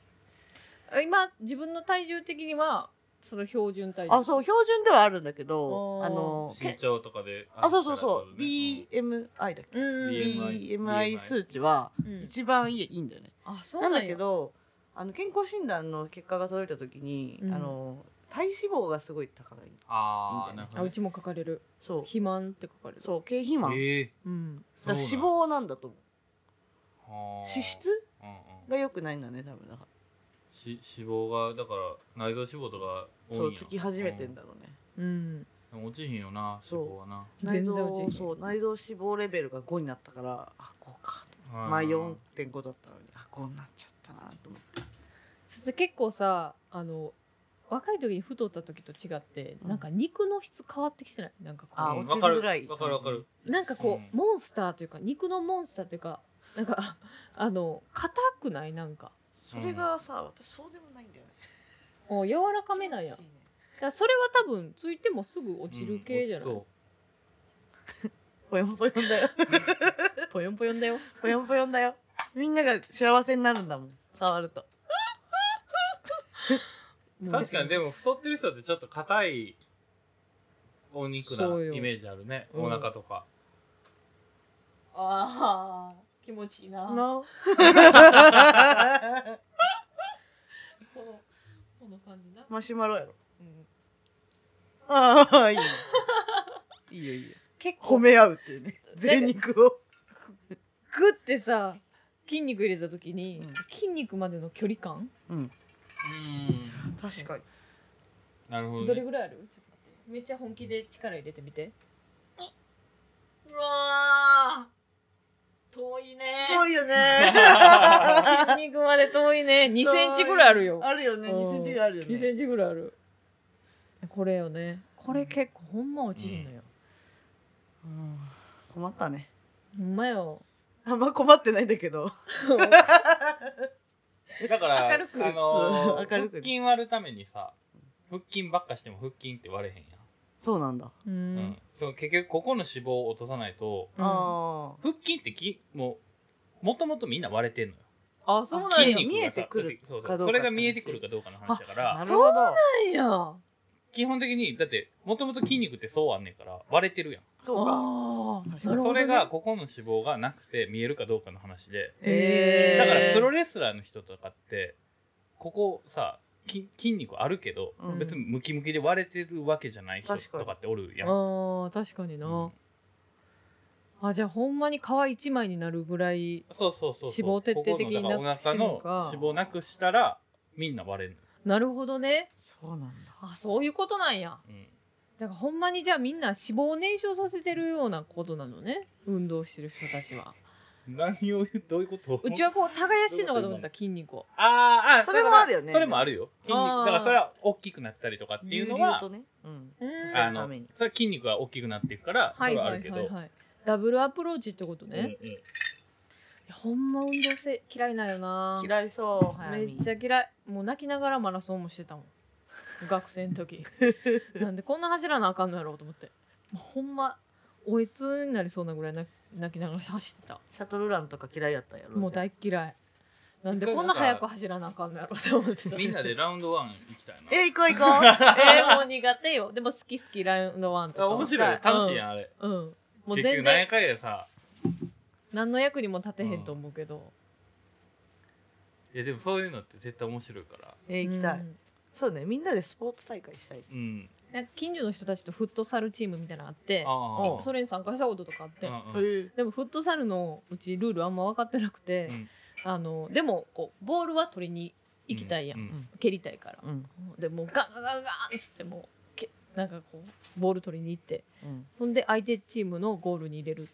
今自分の体重的にはその標準体重あそう標準ではあるんだけどあーあのう身け長とかであそうそうそううん BMI だっけうんうんうん BMI BMI 数値はうん一番いいいいんだよねあそうななんんやだけどあの健康診断の結果が届いた時にあうんの体脂肪がすごい高いああなるあほうどちも書かれるそう肥満って書かれるそう経肥満だかええうんそうらなん脂肪なんだと思うあー脂質うんうんが良くないんだね多分だからし脂肪がだから内臓脂肪とか多いんそやうつき始めてんだろうねうんでも落ちひんよなそう脂肪はな全内然臓落ちそう内臓脂肪レベルが5になったからあ5かうん前4.5だったのにあ5になっちゃったなと思ってちょっと結構さあの若い時に太った時と違って、うんなんか肉の質変わってきてないなんかこうあうん落ちづらいわかるわかるわかるなんかこう、うんモンスターというか肉のモンスターというかなんか *laughs* あの硬くないなんかそれがさ私そうでもないんだよねお柔らかめなんやだか気持ちいいねらそれは多分ついてもすぐ落ちる系じゃない、うん落ちぽよんぽよんだよぽよんぽよんだよぽよんぽよんだよみんなが幸せになるんだもん触るとそう確かにでもも太ってる人ってちょっと硬いお肉なそうよイメージあるねうんお腹とかああ気持ちいいななこのこの感じな、 *laughs* マシュマロやろうんああいいねいいよいいよ結構褒め合うっていうね贅肉をグってさ筋肉入れた時に、うん筋肉までの距離感うんうん確かになるほどどれねぐらいあるちょっと待ってめっちゃ本気で力入れてみてうわー遠いね多い *laughs* よね筋肉まで遠いね2センチぐらいあるよあるよね2センチぐらいあるよね2センチぐらいあるこれよねこれ結構ほんま落ちるのよ、うん困ったねほんまよあんま困ってないんだけどそうだから、明るくあのー明るく腹筋割るためにさ、腹筋ばっかしても腹筋って割れへんやん。そうなんだ。ううんん。そう結局、ここの脂肪を落とさないと、ああ腹筋ってき、もう、もともとみんな割れてんのよ。あそうなん筋や肉が見えさてくるだってそうかどかそううそれが見えてくるかどうかの話だかあ。ならるほど。なんや基本的にだってもともと筋肉ってそうあんねんから割れてるやん、そうか。あーなるそれがここの脂肪がなくて見えるかどうかの話でへーだからプロレレスラーの人とかってここさき筋肉あるけど、うん別にムキムキで割れてるわけじゃない人確かにとかっておるあやん、ー確かにな、うんあじゃあほんまに皮一枚になるぐらいそうそうそうそう脂肪を徹底的にここのなくだからしてるのおか腹の脂肪なくしたらみんな割れる、なるほどねそうなんだ。あそういうことなんやうん、だからほんまにじゃあみんな脂肪を燃焼させてるようなことなのね運動してる人たちは何を言うどういうことうちはこう耕してんのかと思ってた筋肉をあーあーそれもだからあるよねそれもあるよ筋肉あーだからそれは大きくなったりとかっていうの流々はとね。うん。うんそうあのたのめにそれは筋肉が大きくなっていくからそはいれははあいはるけいど、はいダブルアプローチってことね、いうんうんやほんま運動せ嫌いなんよな嫌いそう。めっちゃ。ゃ嫌いもう泣きながらマラソンもしてたもん学生の *laughs* 時なんでこんな走らなあかんのやろうと思ってもうほんまおえつになりそうなぐらい泣泣きながら走ってたシャトルランとか嫌いやったんやろ。もう大っ嫌いなんでこんな早く走らなあかんのやろうと思ってたえみんなでラウンドワン行きたいなえ、行こう行こーもう苦手よでも好き好きラウンドワンとあか面白いよ楽しいやん、あれうんもう結全局何然やかんやさ何の役にも立てへんと思うけど、いやでもそういうのって絶対面白いからう。 *laughs* え、行きたうい。んそうね、みんなでスポーツ大会したい。うんなんか近所の人たちとフットサルチームみたいなのあってあうんあそれに参加したこととかあって、うんうんえでもフットサルのうちルールあんま分かってなくて、あのでもこうボールは取りに行きたいやん、う蹴りたいから、うん。でもうガンガンガンガンっつってもうけなんかこうボール取りに行ってうん。ほんで相手チームのゴールに入れる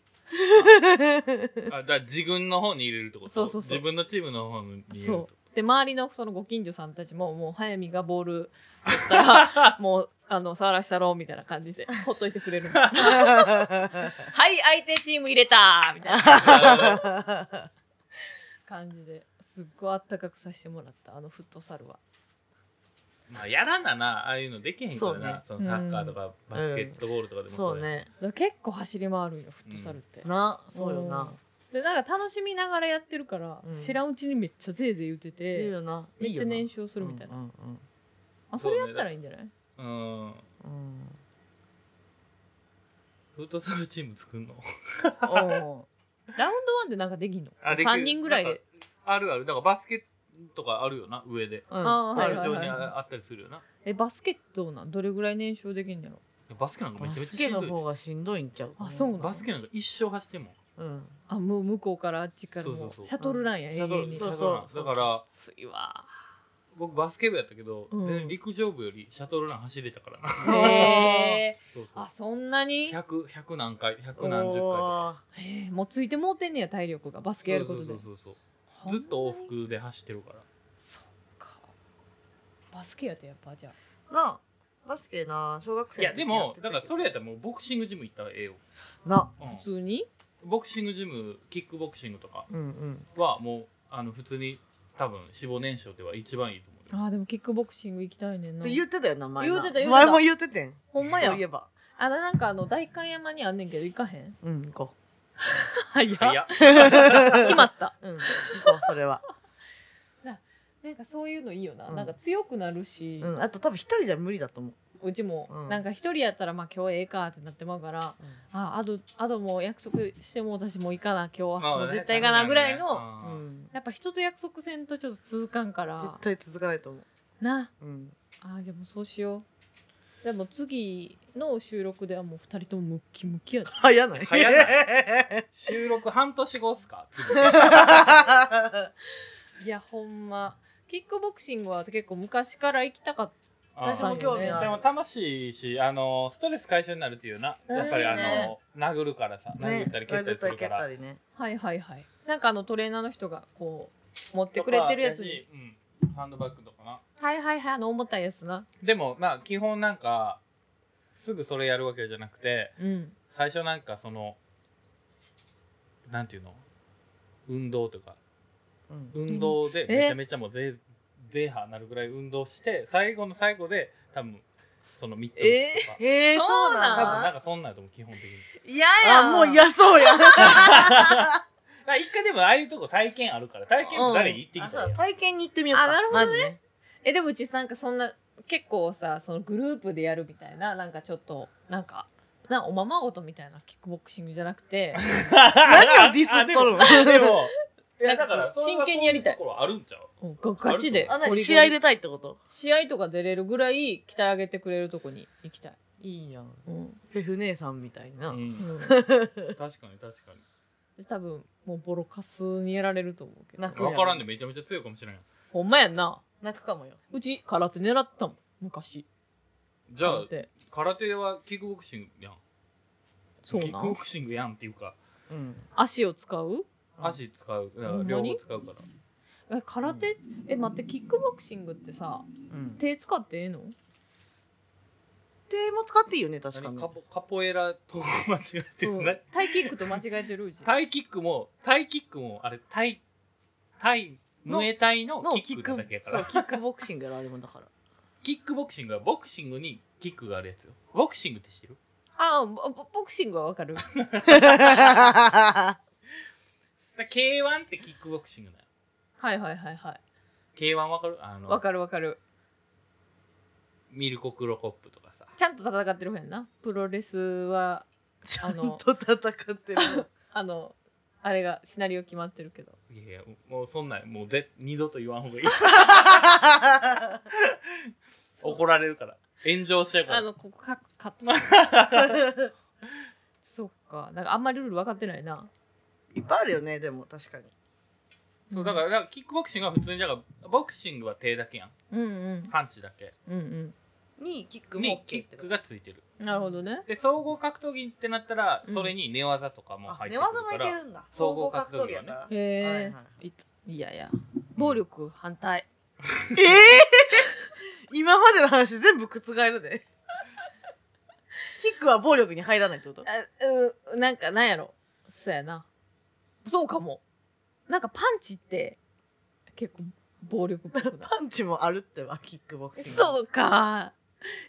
あだから自分の方に入れるってことそうそうそう自分のチームの方に入れるそうで周りのそのご近所さんたちももう早見がボール取った *laughs* らもうあの触らしたろうみたいな感じでほっといてくれるはい相手チーム入れたみたいな感じですっごいあったかくさせてもらったあのフットサルは。まあやらななああいうのできへんからなそそ,、ねのサッカーとかバスケットボールとかでも *laughs* そうやね。だから結構走り回るんよフットサルって、な、そうよな。でなんか楽しみながらやってるから、うん知らんうちにめっちゃぜいぜい言っていいてよな。めっちゃいい燃よ焼するみたいなうんうんあそれやったらいいんじゃない、うんうん。うんフットサルチーム作ん *laughs* のおーラウンドワンでなんかできんのあできる3人ぐらいなんでかあるあるだからバスケとかあるよな上でうんあーはい会はい場はにいはいああったりするよなえバスケットなんどれぐらい燃焼できんやろバスケなんかめバちゃめちスゃしケんのどいで方がしんどいんちゃうあそうなのバスケなんか一生走ってんもんうん。あもう向こうからあっちからもうそうそうそうシャトルランやシャ永ド遠ルにシそうャドルランそだうからついわ僕バスケ部やったけど、うん全然陸上部よりシャトルラン走れた *laughs* からなへえそうそうあそんなに 100, 100何回100何十回とかへーもうついてもうてんねや体力がバスケやることでそうそうそうそうずっと往復で走ってるからそっかバスケやってやっぱじゃあなあバスケな小学生いやでもだからそれやったたらもうボクシングジム行ったらええよ、なうん普通にボクシングジムキックボクシングとかうんうんはもうあの普通に多分脂肪燃焼では一番いいと思うよあーでもキックボクシング行きたいねんっなて言ってたよな前な言うてた言うてた前も言っててんほんまやそういえばあらなんかあの代官山にあんねんけど行かへんうん行こはいいや決ま *laughs* ったううん行こうそれはなんかそういうのいいよな、うんなんか強くなるしう、んあと多分一人じゃ無理だと思ううちも、うんなんか一人やったらまあ今日ええかってなってまうからああとあともう約束しても私もう行かな今日はもう絶対行かなぐらいの、うあーんやっぱ人と約束せんとちょっと続かんから絶対続かないと思うなうんあーじゃあもうそうしようでも次の収録ではもう二人ともムッキムキやで早ない早な収録半年後っすか次いやほんまキックボクシングは結構昔から行きたかった私も興味あでるも楽しいし、あのストレス解消になるっていうな、やっぱりあ楽しいねの殴るからさ、殴ったり蹴ったりす殴るから。ったり蹴ったりねはいはいはいなんかあのトレーナーの人がこう持ってくれてるやつにとかやしうん、ハンドバッグとかな。はいはいはいあの重たいやつなでもまあ基本なんかすぐそれやるわけじゃなくて、うん最初なんかそのなんていうの、運動とかううん運動でめちゃめちゃもうぜぜいはなるぐらい運動して最後の最後で多分そのミット打ちとか、えー、そうそうなの多な分なんかそんなんやと思う基本的に嫌やあもう嫌そうやだから一回でもああいうとこ体験あるから体験部誰行ってきあたらいういそやん体験に行ってみようかあなるほどねまずねえでもうちなんかそんな結構さそのグループでやるみたいななんかちょっとなんかなおままごとみたいなキックボクシングじゃなく *laughs* て *laughs* 何をディスっとるのあでもでもいやだからなんか真剣にやりたいそううところあるんちゃううんガガチでゴあリゴ何リ試合出たいってこと試合とか出れるぐらい鍛え上げてくれるとこに行きたい、いいやんうんフェフ姉さんみたいな、うんうん、確かに確かで多分もうボロカスにやられると思うけどなんに分からんでめちゃめちゃ強いかもしれないほんまやんな泣くかもようち空手狙ったもん昔じゃあ空手空手はキックボクシングやんそうキッなクボんクシングやんっていうかうん足を使う足使うだからほんま両に方使うからえ空手え待ってキックボクシングってさうん手使ってええの手も使っていいよね確か何にカポカポエラと間違えてうるんねタイキックと間違えてるう *laughs* ちタイキックもタイキックもあれタイタイのムエタイののキキッッククだけやかそらうキックボクシングやられるもんだからキックボクシングはボクシングにキックがあるやつよボクシングって知ってるああボボボクシングはわかるだから K1 ってキックボクシングだよはいはいはいはい K1 わかるあのわかるわかるミルコ・クロコップとかさちゃんと戦ってる方やんなプロレスはちゃあんのと戦ってるあのあれがシナリオ決まってるけどいやいやもうそんなんもうぜ二度と言わん方がいい怒られるから炎上しちゃうかあらのここカカット *laughs* そっかなんかあんまりルール分かってないないっぱいあるよねでも確かにそうだからだからキックボクシングは普通にだからボクシングは手だけやんうんうんパンチだけうんにキックにもキ OK っッてクがついてるうんなるほどねで総合格闘技ってなったらうんそれに寝技とかもあ入って寝くるか技もいら、けるんだ総総合合格格闘闘技技ややねからへはいはえいついやいや暴力反対ええ *laughs* 今までの話全部覆るでキックは暴力に入らないってことあうんなんかなんやろそうやなそうかもなんかパンチって結構暴力っぽくないパンチもあるってばキックボ *laughs* クシングそうか。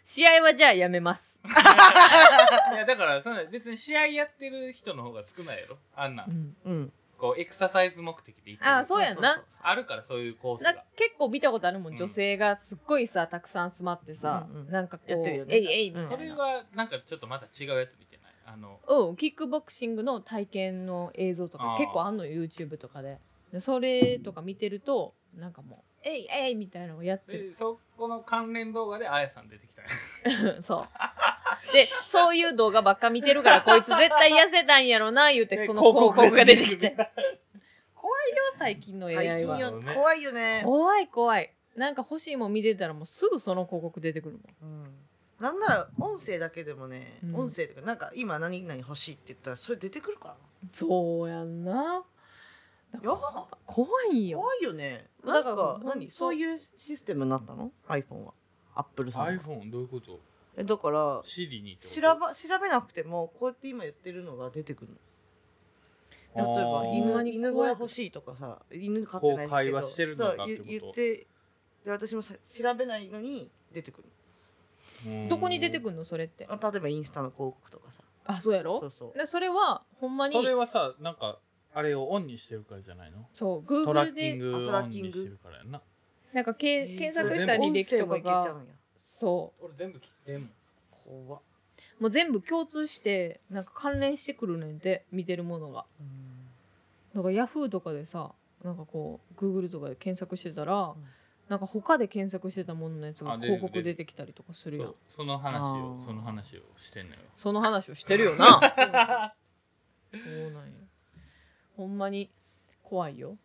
試合はじゃあやめます。いやだからそんな別に試合やってる人の方が少ないやろあんなうんこうエクササイズ目的で行ってるあそうやんな。あるからそういうコースなんがか結構見たことあるも、うんん女性がすっごいさ、たくさん集まってさ、うんうんなんかこやっう、てるよねえいえいみたいな。それはなんかちょっとまた違うやつ見てないあのうん、キックボクシングの体験の映像とあかー結構あんのよ YouTube とかででそれとか見てるとなんかもう「えいえい!」みたいなのをやってるでそこの関連動画であやさん出てきたん *laughs* やそうでそういう動画ばっか見てるからこいつ絶対痩せたんやろな言うてでその広広告告が出てき出ててく怖いよ最近の AI は最近よね怖いよね怖い怖いなんか欲しいもん見てたらもうすぐその広告出てくるもんうんなんなら音声だけでもね、うん音声とかなんか今何々欲しいって言ったらそれ出てくるからそうやんなだからやば怖いよ怖いよねだなんからかほんと何そういうシステムになったの iPhone はアップルさんは iPhone どういうことえだからシリにってこと調ば調べなくてもこうやって今言ってるのが出てくるの例えばあーほんま犬に犬小怖屋い欲しいとかさ犬飼ってないんだけどこう会話してるのかそうってこと言言ってで私もさ調べないのに出てくるうんどこに出てくんのそれってのあ例えばインスタの広告とかさあそうやろそうそうでそれはほんまにそれはさなんかあれをオンにしてるからじゃないのそうトラ Google ッキンでグあをトオランッキングにしてるからやんななんかけ、えー検索した履歴とかが全部音声もいけちゃそ俺全部切ってんもんうんや怖っうもう全部共通してなんか関連してくるねんて見てるものがうんなんか Yahoo とかでさなんかこう Google とかで検索してたら、んなんか他で検索してたもののやつがあ出てくる広告出てきたりとかするやんそうその話をあーその話をしてんのよその話をしてるよな。 *laughs* そうなんや。ほんまに怖いよ。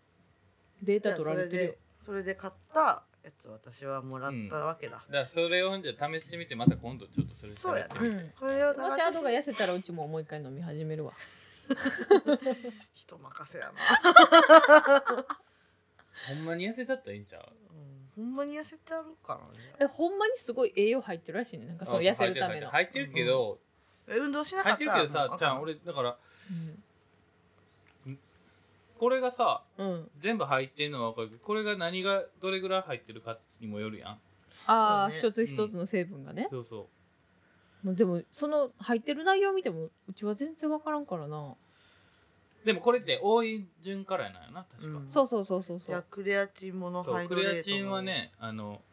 デーじゃタ取あそられれてるよ *laughs* で。それで買ったやつ私はもらったわけだ、だからそれをじゃあ試してみてまた今度ちょっとそれそうや喋ってなみうてん。これをもしアドが私痩せたらうちももう一回飲み始めるわ。人任せやな、ほんまに痩せちゃったらいいんちゃううんほんまに痩せてやろうかなじゃえほんまにすごい栄養入ってるらしいね。なんかその痩せるための。入ってる入ってるけどあえ運動しな入かっってたるらけどもうさあちゃかんん俺だからうんこれがさうん、全部入ってるのは分かるけどこれが何がどれぐらい入ってるかにもよるやんああ、そう一つね一つの成分がね、そうそもうでもその入ってる内容見てもうちは全然わからんからな、うでもこれって多い順からなんやな確か、うんそうそうそうそうじそゃあうクレアチンものそハうイクドレートレのアチンはねあの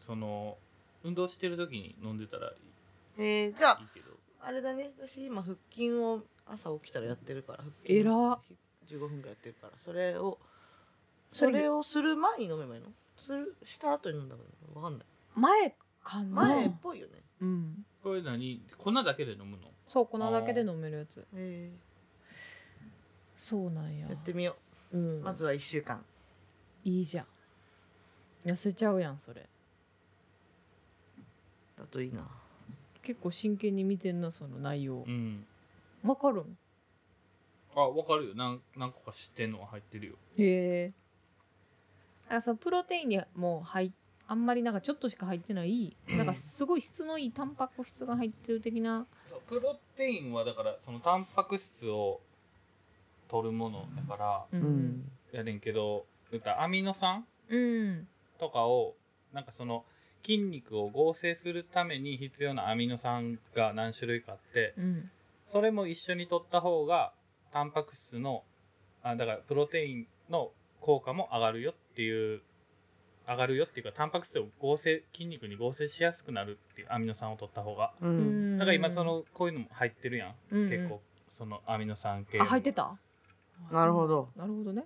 その運動してる時に飲んでたらいいえー、じゃあいいけどあれだね私今腹筋を朝起きたらやってるから腹筋えら15分ぐらいやってるからそれをそそれれをする前に飲めばいいのするした後に飲んだからわかんない前かな前っぽいよねうんこれ何粉だけで飲むのそう粉だけで飲めるやつえそうなんやーやってみよううんまずは1週間いいじゃん痩せちゃうやんそれだといいな結構真剣に見てんなその内容うんわかるんあ分かるよ何何個か知ってんのは入ってるよへえあそのプロテインにも入っあんまりなんかちょっとしか入ってないなんかすごい質のいいタンパク質が入ってる的なそうプロテインはだからそのタンパク質を取るものだからうやねんけど言ったらアミノ酸うんとかをなんかその筋肉を合成するために必要なアミノ酸が何種類かあってうんそれも一緒に取った方がタンパク質のあだからプロテインの効果も上がるよっていう上がるよっていうかタンパク質を合成筋肉に合成しやすくなるっていうアミノ酸を取った方がううんんだから今そのこういうのも入ってるやん、うんうん結構そのアミノ酸系あ入ってたなるほどなるほどね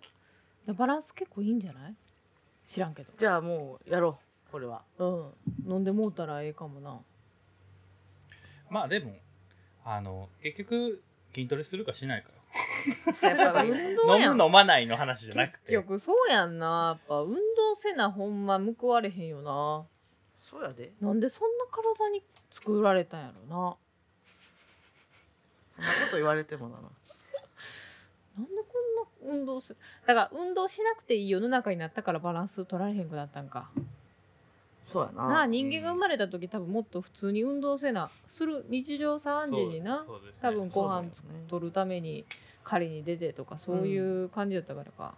だバランス結構いいんじゃない知らんけどじゃあもうやろうこれはうん飲んでもうたらええかもなまあでもあの結局筋トレするかしないかよすれば運動や飲んむ飲まないの話じゃなく結て局そうやんなやっぱ運動せなほんま報われへんよなそうやでなんでそんな体に作られたんやろなそんなこと言われてもだななんでこんな運動するだから運動しなくていい世の中になったからバランス取られへんくなったんかそうやなあな人間が生まれた時多分もっと普通に運動せなする日常そ3う時になそうですね多分ごそうだよ飯ね取るために狩りに出てとかそういう感じだったからか、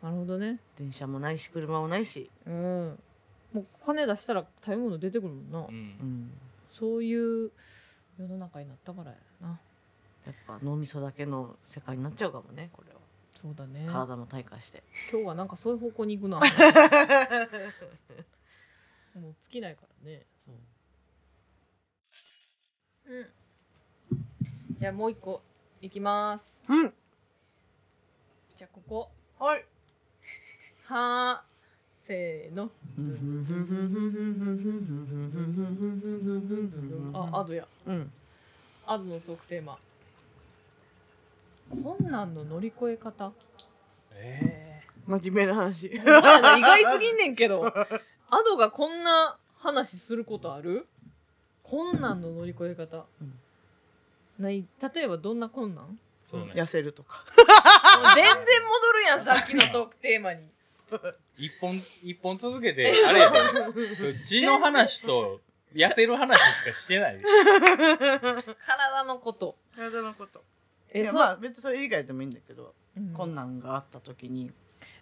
なるほどね電車もないし車もないしうんもう金出したら食べ物出てくるもんな、うんうんそういう世の中になったからやなやっぱ脳みそだけの世界になっちゃうかもねこれはそうだね今体も退化して日はなんかそういう方向に行くなもう尽きないからねうんじゃあもう一個いきますうんじゃあここはいはーせーのあアドやうんアドのトークテーマ困難の乗り越え方え真面目な話お前ら意外すぎんねんけ *laughs* どアドがこんな話することある困難の乗り越え方、うんない例えばどんな困難ーそうね痩せるとかもう全然戻るやんさっきのトークテーマに一本一本続けてあれやで血の話と痩せる話しかしてない *laughs* 体のこと体のこといえやそう、まあ別にそれ以外でもいいんだけどうん困難があった時に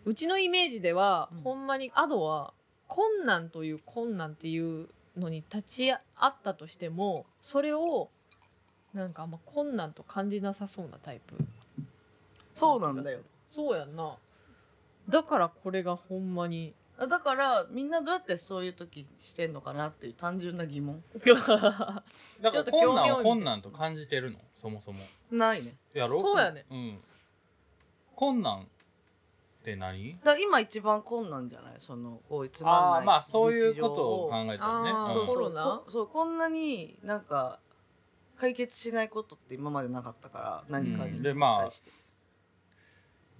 うちのイメージでは、うんほんまにアドは困難という困難っていうのに立ち会ったとしてもそれをなんかあんま困難と感じなさそうなタイプそうなんだよそうやんなだからこれがほんまに *laughs* だからみんなどうやってそういう時してんのかなっていう単純な疑問だかちょっらと困難興味はを困難と感じてるのそもそもないねやろそうやねうん困難って何だから今一番困難じゃないそのこういうつまああんないまあそういうことを考ええたらねあーうんコロナそうそうこんなになんか解決しないことって今までなかったから何かうにんでまあ対して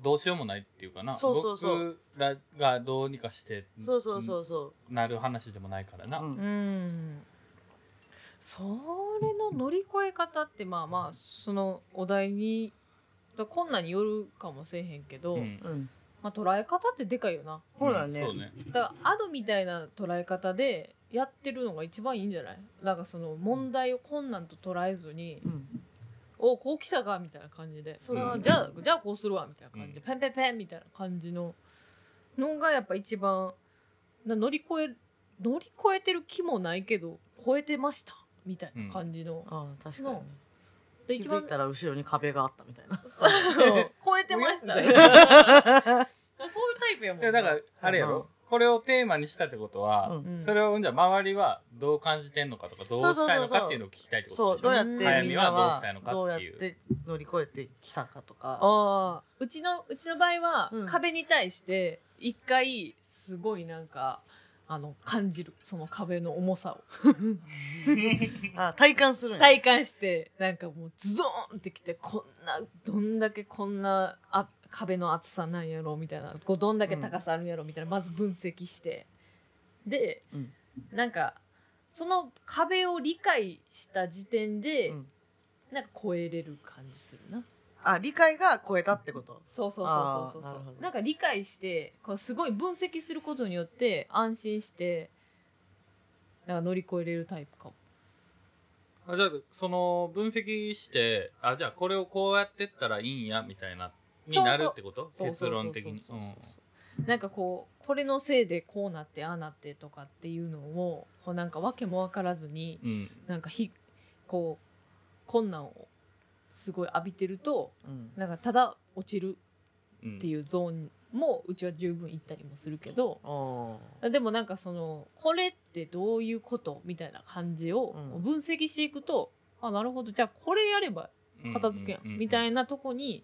どうしようもないっていうかなそうそうそ僕らがどうにかしてそうそうそうそなる話でもないからな、う、ううんんそれの乗り越え方ってまあまあそのお題にだ困難によるかもしれへんけど、うんうん、まあ、捉え方ってでかいよなほらね,、うんそうねだからアドみたいな捉え方でやってるのが一番いいんじゃないなんかその問題を困難と捉えずにうん「おこう来たかみたいな感じで、そうあだねーじゃあじゃあこうするわみたいな感じで、ペンペンペンみたいな感じののがやっぱ一番な乗り越え乗り越えてる気もないけど超えてましたみたいな感じの、ああ確かにねで気一づ番いたら後ろに壁があったみたいなそう超えてました、ね、そういうタイプやもんいやだからあれやろこれをテーマにしたってことは、うんうんそれをじゃあ周りはどう感じてんのかとかどうしたいのかっていうのを聞きたいってそこうとどうでしやっうんてみんな早見はどうしはたいのかどうやっっていうて乗り越えてきたかとかああうちのうちの場合は、うん壁に対して一回すごいなんかあの感じるその壁の重さをあ体感するんや体感してなんかもうズドーンってきてこんなどんだけこんなあ壁の厚さなんやろみたいなこうどんだけ高さあるんやろみたいな、まず分析してで、うんなんかその壁を理解した時点で、うんなんか超えれる感じするな。あ理解が超えたってことそうそうそうそうそうあーなそるほうどなんか理解してこうすごい分析することによって安心してなんか乗り越えれるタイプかもあじゃあその分析してあじゃあこれをこうやってったらいいんやみたいなになるってことそう結そうそうそう論的にそうそうそうなんかこうこれのせいでこうなってああなってとかっていうのをこうなんか訳も分からずにうんうんなんかひこう困難をすごい浴びてるとうんなんかただ落ちるうんっていうゾーンもうちは十分行ったりもするけど、おーでもなんかそのこれってどういうことみたいな感じをうん分析していくと、あなるほどじゃあこれやれば片付くやん,、みたいなとこに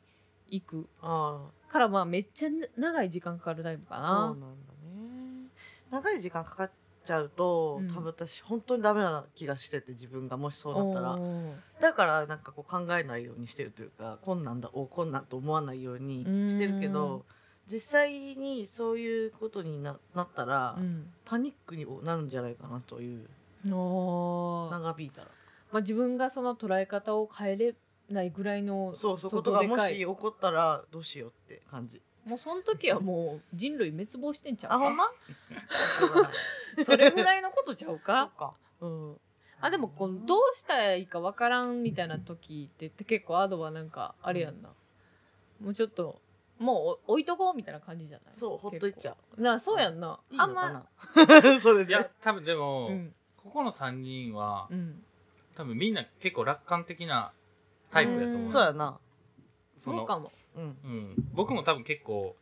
行くあからまあめっちゃな長い時間かかるタイプかあなそうなんだね長い時間かかっちゃうと、うん多分私本当にダメな気がしてて自分がもしそうだったらおーだからなんかこう考えないようにしてるというか困難だお困難と思わないようにしてるけど実際にそういうことにななったら、うんパニックになるんじゃないかなというおー長引いたらまあ、自分がその捉え方を変えれないぐらいのそうそう相こ当とがでもかしい起こったらどうしようって感じもうその時はもう人類滅亡してんちゃあうほんかましょうが *laughs* ないそれぐらいのことちゃうそかっかうんあでもこのどうしたらいいかわからんみたいな時ってって結構アドはなんかあれやんな、もうちょっともうお置いとこうみたいな感じじゃないそうほっといっちゃうなそうやんな、ういいあのんかまな、 *laughs* それいでや多分でも、うんここの3人はうん多分みんな結構楽観的なタイプやと思う、んそうやなそそうのかもうんうん、僕も多分結構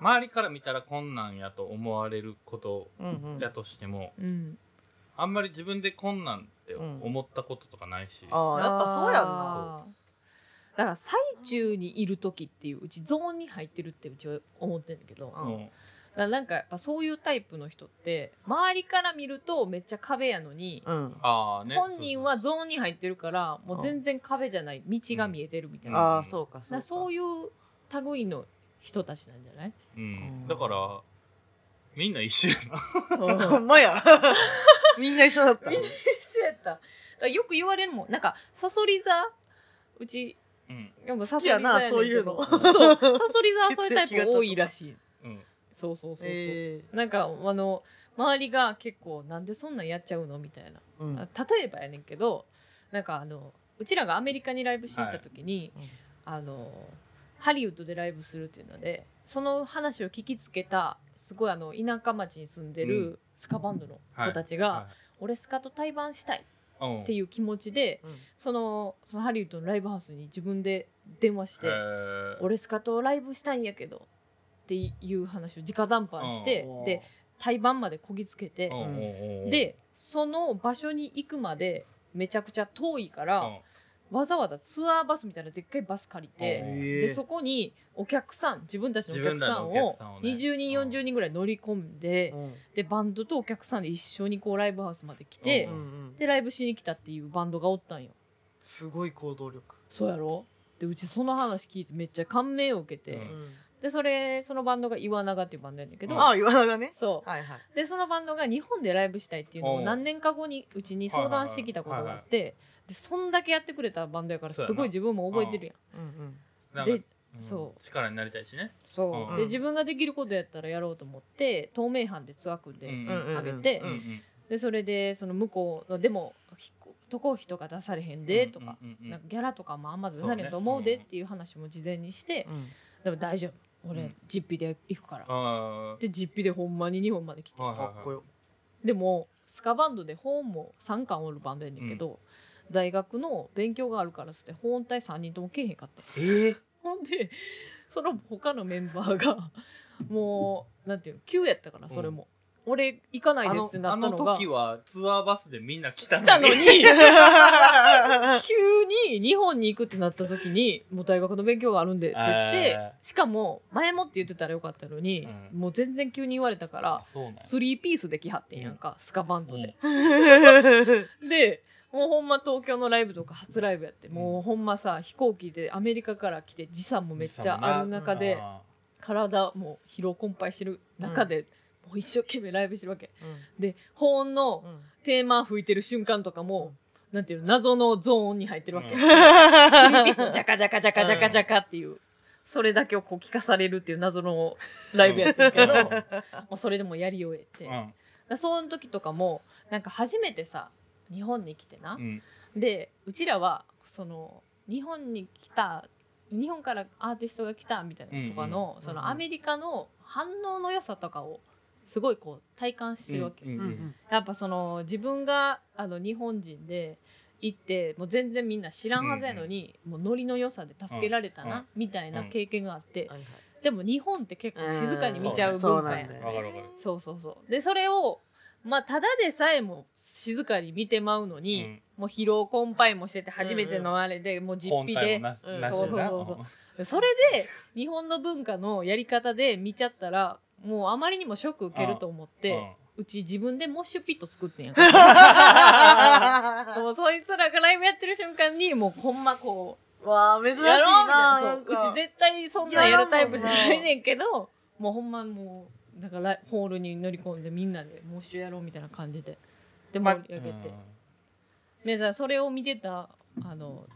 周りから見たら困難やと思われることうんうんやとしても、うんあんまり自分で困難って思ったこととかないし、ああやっぱそうやんなあーだから最中にいる時っていううちゾーンに入ってるってうちは思ってんだけど、ううんんだからなんかやっぱそういうタイプの人って周りから見るとめっちゃ壁やのに、うんあーね本人はゾーンに入ってるからもう全然壁じゃない道が見えてるみたいな、うんああそうかそうだかそういう類の人たちなんじゃないそうそううんうんだからみんな一緒やなほんまや *laughs* みんな一緒だったみんな *laughs* 一緒やっただからよく言われるもんなんかサソリ座うちうんでもサソ好きリ座やなねんけどそういうのそうサソリ座 *laughs* はそういうタイ血液型プとか多いらしいうんそうそうそうそう、えなんかあの周りが結構なんでそんなんやっちゃうのみたいなーうん例えばやねんけどなんかあのうちらがアメリカにライブしに行った時に、はいうんあのハリウッドでライブするっていうのでその話を聞きつけたすごいあの田舎町に住んでうるスカバンドの子たちが、は俺スカと対バンしたいいうんっていう気持ちでうんそのそのハリウッドのライブハウスに自分で電話してへー「俺スカとライブしたいんやけど」っていう話を直談判してうんで対バンまでこぎつけてうんうんうんでその場所に行くまでめちゃくちゃ遠いから、わざわざツアーバスみたいなでっかいバス借りうて、んでそこにお客さん自分たちのお客さん自分らのおを客さんをね20人うん40人ぐらい乗り込んで、うんでバンドとお客さんで一緒にこうライブハウスまで来て、ううんんでライブしに来たっていうバンドがおったんよ。すごい行動力そうやろでうちその話聞いてめっちゃ感銘を受けて、うんでそれそのバンドが岩永っていうバンドやねんけど、うんああ岩永がねそうはいはいでそのバンドが日本でライブしたいっていうのをうん何年か後にうちに相談してきたことがあってでそんだけやってくれたバンドやからそうやすなごい自分も覚えてるやん。うんなんかでうんそう力になりたいしねそう、うんで自分ができることやったらやろうと思って透明版でツアー組うんんでうんうんうんあげて、うんうんでそれでその向こうのでもひこ人が出されへんでとか,、うんうんうんなんかギャラとかもあんま出されへんと思うでっていう話も事前にして、うんでも大丈夫う俺ん実費で行くから、あで実費でほんまに日本まで来て、あ、はいかっはいこはい。 *laughs* よ。でもスカバンドでホーンも3巻おるバンドやねんけど、大学の勉強があるからっつってホーン隊3人ともけえへんかってえほんでその他のメンバー *laughs* がもうなんていうの急やったからそれも、俺行かないですってなあったののが時はツアーバスでみんな来た来たののに。にあ *laughs* 急に日本に行くってなった時にもう大学の勉強があるんでって言ってあしかも前もって言ってたらよかったのに、うもう全然急に言われたからあそうなんや3ピースできはってんやんか、スカバンドで、でもうほんま東京のライブとか初ライブやって、もうほんまさ飛行機でアメリカから来て時差もめっちゃある中で、あ体も疲労困憊してる中で、もう一生懸命ライブしてるわけうで保温のんテーマ吹いてる瞬間とかも、なんていうの謎のゾーンに入ってるわけ、うんスリーピースのジャカジャカジャカジャカジャカっていう、それだけをこう聞かされるっていう謎のライブやってるけど、うんもうそれでもやり終えて、ーだからその時とかもなんか初めてさ日本に来てなう、ん。でうちらはその日本に来た日本からアーティストが来たみたいなとかの、そうんのうんアメリカの反応の良さとかをすごいこう体感してるわけ、うんううんんううんんやっぱその自分があの日本人で行ってもう全然みんな知らんはずやのに、もうノリの良さで助けられたな、うんみたいな経験があって、はいはいでも日本って結構静かに見ちゃううんそう文化やそうなんだよわかるわかる。そうそうそうでそれをまあただでさえも静かに見てまうのに、うんもう疲労困憊もしてて初めてのあれで、もう実本費体でもなしうんなしそうそうなそうそうそれで日本の文化のやり方で見ちゃったらもうあまりにもショック受けると思って、うち自分でモッシュピット作 *laughs* ってんやんかもうそいつらがライブやってる瞬間にもうほんまこ *laughs* わあ珍しいうやろうみたいななそなうんうかち絶対そんなんやるタイプじゃないねんけどもうほんまもうだからホールに乗り込んでみんなでモッシュやろうみたいな感じででまあ盛り上げてうん。でさそれを見てたあの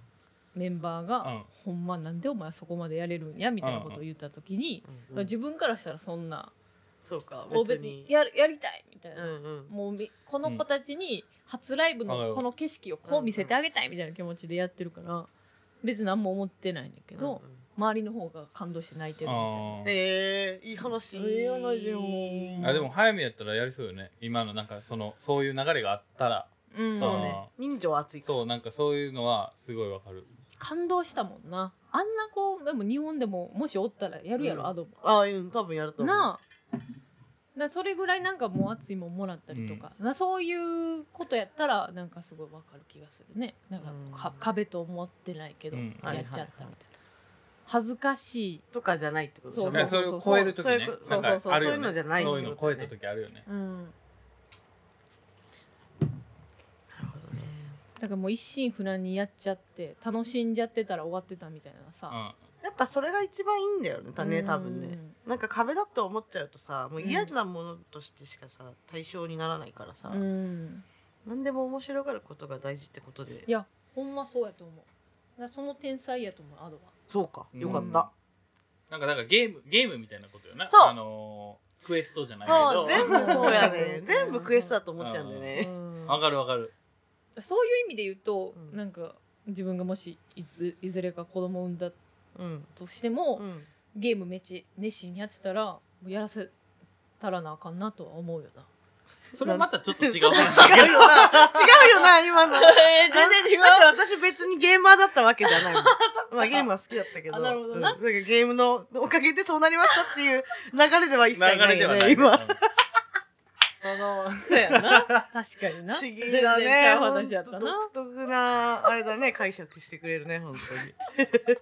メンバーが、うんほんまなんでお前そこまでやれるんやみたいなことを言った時に、うんうん自分からしたらそんな、そうかこう別別ににややりたいみたいうな、んうんもうみこの子たちに初ライブのこの景色をこう見せてあげたいみたいな気持ちでやってるから別に何も思ってないんだけど、うんうん周りの方が感動して泣いてるみたいな。あーええいい話いい話よあでも早めやったらやりそうよね今のなんかそのそういう流れがあったらうんそうね人情は熱いからそうなんかそういうのはすごいわかる感動したもんなあんな子でも日本でももしおったらやるやろ、うんアドバああうん多分やると思うなあだそれぐらいなんかもう熱いもんもらったりとか、なそういうことやったらなんかすごいわかる気がするねなんかか、うん壁と思ってないけど、うんやっちゃったみたいな、恥ずかしい、とかじゃないってことでしょそうそれを超える時ねそうなんかあるそうよいうのねじゃないそういうのそ超ういえうのじゃないた時あるよねうん、なるほどねだからもう一心不乱にやっちゃって楽しんじゃってたら終わってたみたいなさ、やっぱそれが一番いいんだよねだねうん多分ねなんか壁だって思っちゃうとさもう嫌なものとしてしかさ対象にならないからさ、うん何でも面白がることが大事ってことでいやほんまそうやと思うだからその天才やと思うアドはそうかうんよかった、なんかなんかゲームゲームみたいなことよなそうあのークエストじゃないけそどう全部そうやね全部クエストだと思思っっちちゃゃううんんだだよよね、わかるわかるそういう意味で言うと、うんなんか自分がもしいずいずれか子供を産んだうんとしても、うんゲームめっちゃ熱心にやってたらもうやらせたらなあかんなとは思うよ *laughs* なそれはまたちょっと違う話だけど違うよな違うよな今のえー全然違うだって私別にゲーマーだったわけじゃないもんまあゲームは好きだったけどあなるほどなうんだからゲームのおかげでそうなりましたっていう流れでは一切 *laughs* ないよねうん今 *laughs* そのそうやな確かにな不思議全だ然ちゃねう話やったなほんと独特なあれだね解釈してくれるね本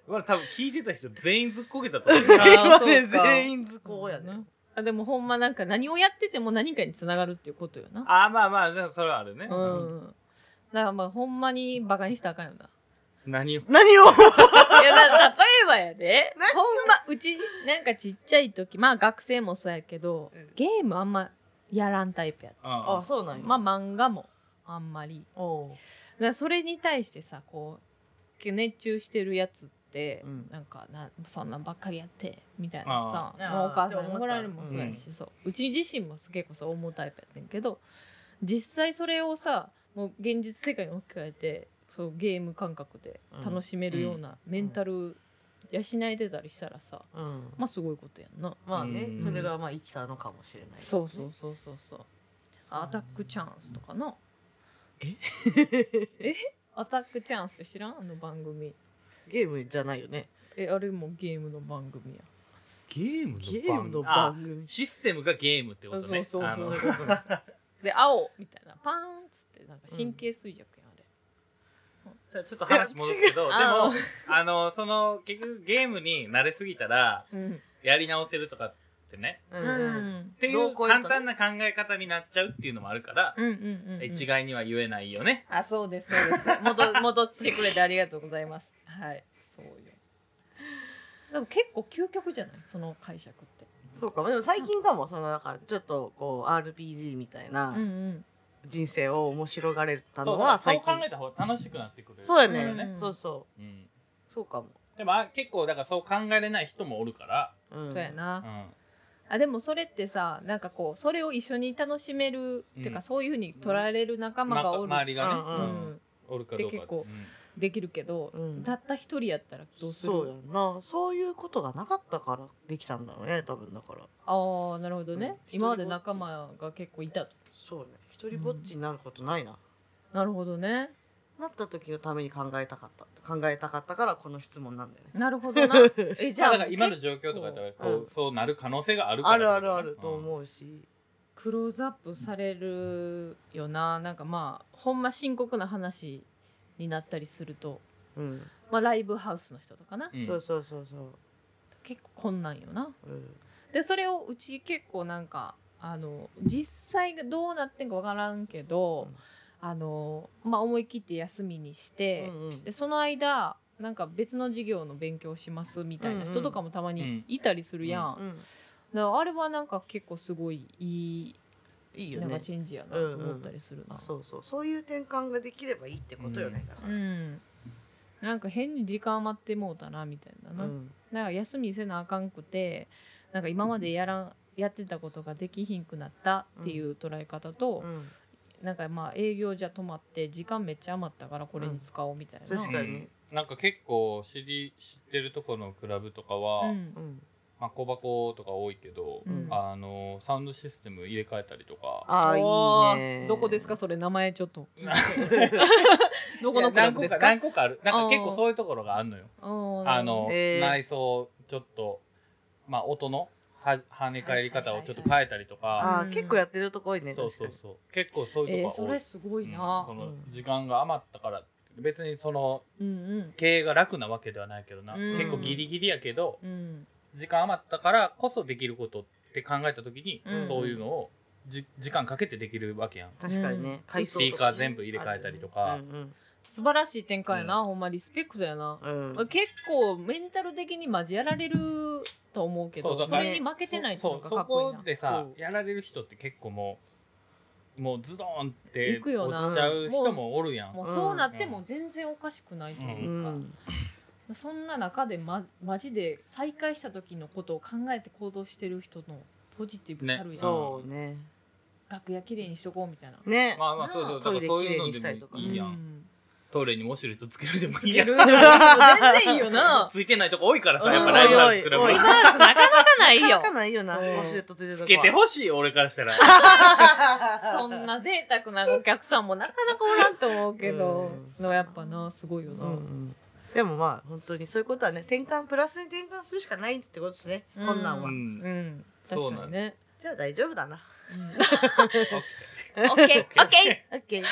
まあ多分聞いてた人全員ずっこけたと思うよあ当にー今ねそうか全員図工やねあでもほんまなんか何をやってても何かにつながるっていうことよなあーまあまあでもそれはあるね、うん、だからまあほんまにバカにしたらあかんよ *laughs* な何を何をいやだ例えばやでほんまうちなんかちっちゃい時まあ学生もそうやけどうんゲームあんまやらんタイプやっうんあそうなんたやまあ漫画もあんまりおうだからそれに対してさこう熱中してるやつって、うんなんかなそんなんばっかりやってみたいなさああもうお母さんにああ怒られるもそうやし、そううち自身も結構そう思うタイプやってんけど実際それをさもう現実世界に置き換えてそうゲーム感覚で楽しめるようなメンタル養えてたりしたらさうんまあすごいことやんな。まあねうんそれがまあ生きたのかもしれない、そうそうそうそうそう。アタックチャンスとかな。え *laughs* えアタックチャンスって知らんあの番組。ゲームじゃないよねえ、あれもゲームの番組や。ゲームの番ゲームのあ番組システムがゲームってことね。そうそうあそのうそうそう。 *laughs* で、青みたいな。パーンっつって、なんか神経衰弱やん、あれ。ちょちょっと話戻すけど、でも、ああの、その、結局ゲームに慣れすぎたら、うん。やり直せるとかってね、ううんんうんっていどうう超えた簡の単な考え方になっちゃうっていうのもあるから、うんうんうん。一う。概には言えないよね。あ、そうです、そうです。戻 *laughs* 戻ってくれてありがとうございます。はい。そうよ。でも結構究極じゃないその解釈って。そうかでも最近かもそのだからちょっとこう RPG みたいなうんうん。人生を面白がれたそのうはそう最考近えた方が楽しくなってくる。そうやうねんそうそうんうそうかもでもあ結構だからそう考えれない人もおるから、うんそうやな。うんあでもそれってさなんかこうそれを一緒に楽しめる、うんっていうかそういうふうに捉えれる仲間まがおる、周りがね、ううりんうんおるかどうかで結構うんできるけど、うんたった一人やったらどうするそうやんなそういうことがなかったからできたんだろうね多分だからああなるほどね、うん今まで仲間が結構いたとそうね一人ぼっちになることないな、なるほどねなった時のために考えたかった考えたかったからこの質問なんだよねなるほどなえじまあゃあだから今の状況とかだったらこう、うんそうなる可能性があるからあるあるあるとう思うし、クローズアップされるよななんかまあほんま深刻な話になったりすると、うんまあ、ライブハウスの人とかな、んうんそうそうそうそう、結構こんなんよなうん、でそれをうち結構なんかあの実際がどうなってんかわからんけど、うんあのまあ、思い切って休みにしてう、んうんでその間なんか別の授業の勉強しますみたいな人とかもたまにいたりするやん、うんだからあれはなんか結構すごいいいいいよなんかねチェンジやなと思ったりするなあ。そうそうそういう転換ができればいいってことよね、うんだかうら、んなんか変に時間余ってもうたなみたいなな、うんだから休みせなあかんくてなんか今までやらんやってたことができひんくなったっていう捉え方とう、んなんかまあ営業じゃ止まって時間めっちゃ余ったからこれに使おうみたいな。うん確かにねなんか結構知り知ってるとこのクラブとかうは、んうんまあ、小箱とか多いけど、うんあのサウンドシステム入れ替えたりとかあおあいいーねどこですか *laughs* それ名前ちょっと聞いてどこのいクやラ何ブ個ですかか何個かあるなんか結構そういうところがあるのよああの、へー内装ちょっとまあ音のは跳ね返り方をちょっと変えたりとか、あーうん結構やってるとこ多いねそう確かそうにそう結構そういうえとー、こそが多い、れすごいうんなそ。うのん時間が余ったから別にそのうん経営が楽なわけではないけどな、うん結構ギリギリやけどうんうん時間余ったからこそできることって考えた時に、うんそういうのをじ時間かけてできるわけやん確かにうねん、改ス装ピとーカー全部入れ替えたりとか、うん素晴らしい展開やな、ほんまリスペクトやな。うんうん結構メンタル的にマジやられると思うけそうどだそかられに負けてないっていうそのうがそかっこいいこな。でさうんやられる人って結構もうもうズドンって行くよ落なちちゃう人もおるやんもうそうなっても全然おかしくないとういうか。んそんな中で、ま、マジで再会した時のことを考えて行動してる人のポジティブたるやん、ねそうね楽屋きれいにしとこうみたいな。ねまあまあそうそうだからそういうトイレきのれいにしたりでともかねいいやん、うんトイレにウォシュレットつけるでもいいいけやんる全然いいよな。ついてないとこ多いからうさんやっぱライブハウスクラブおいおいダおはいンスなかなかないなよか。ないよなうんウォシュレットついてるとつこけは *laughs* てほしい俺からしたらそんな贅沢なお客さんもなかなかおらんと思うけどうん、のやっぱなすごいような。んうんでもまあ本当にそういうことはね転換プラスに転換するしかないってことですねうんこんなんうはんうん、そ確うなかのにね。じゃあ大丈夫だなうん OK *laughs* オッケー、オッケオッケー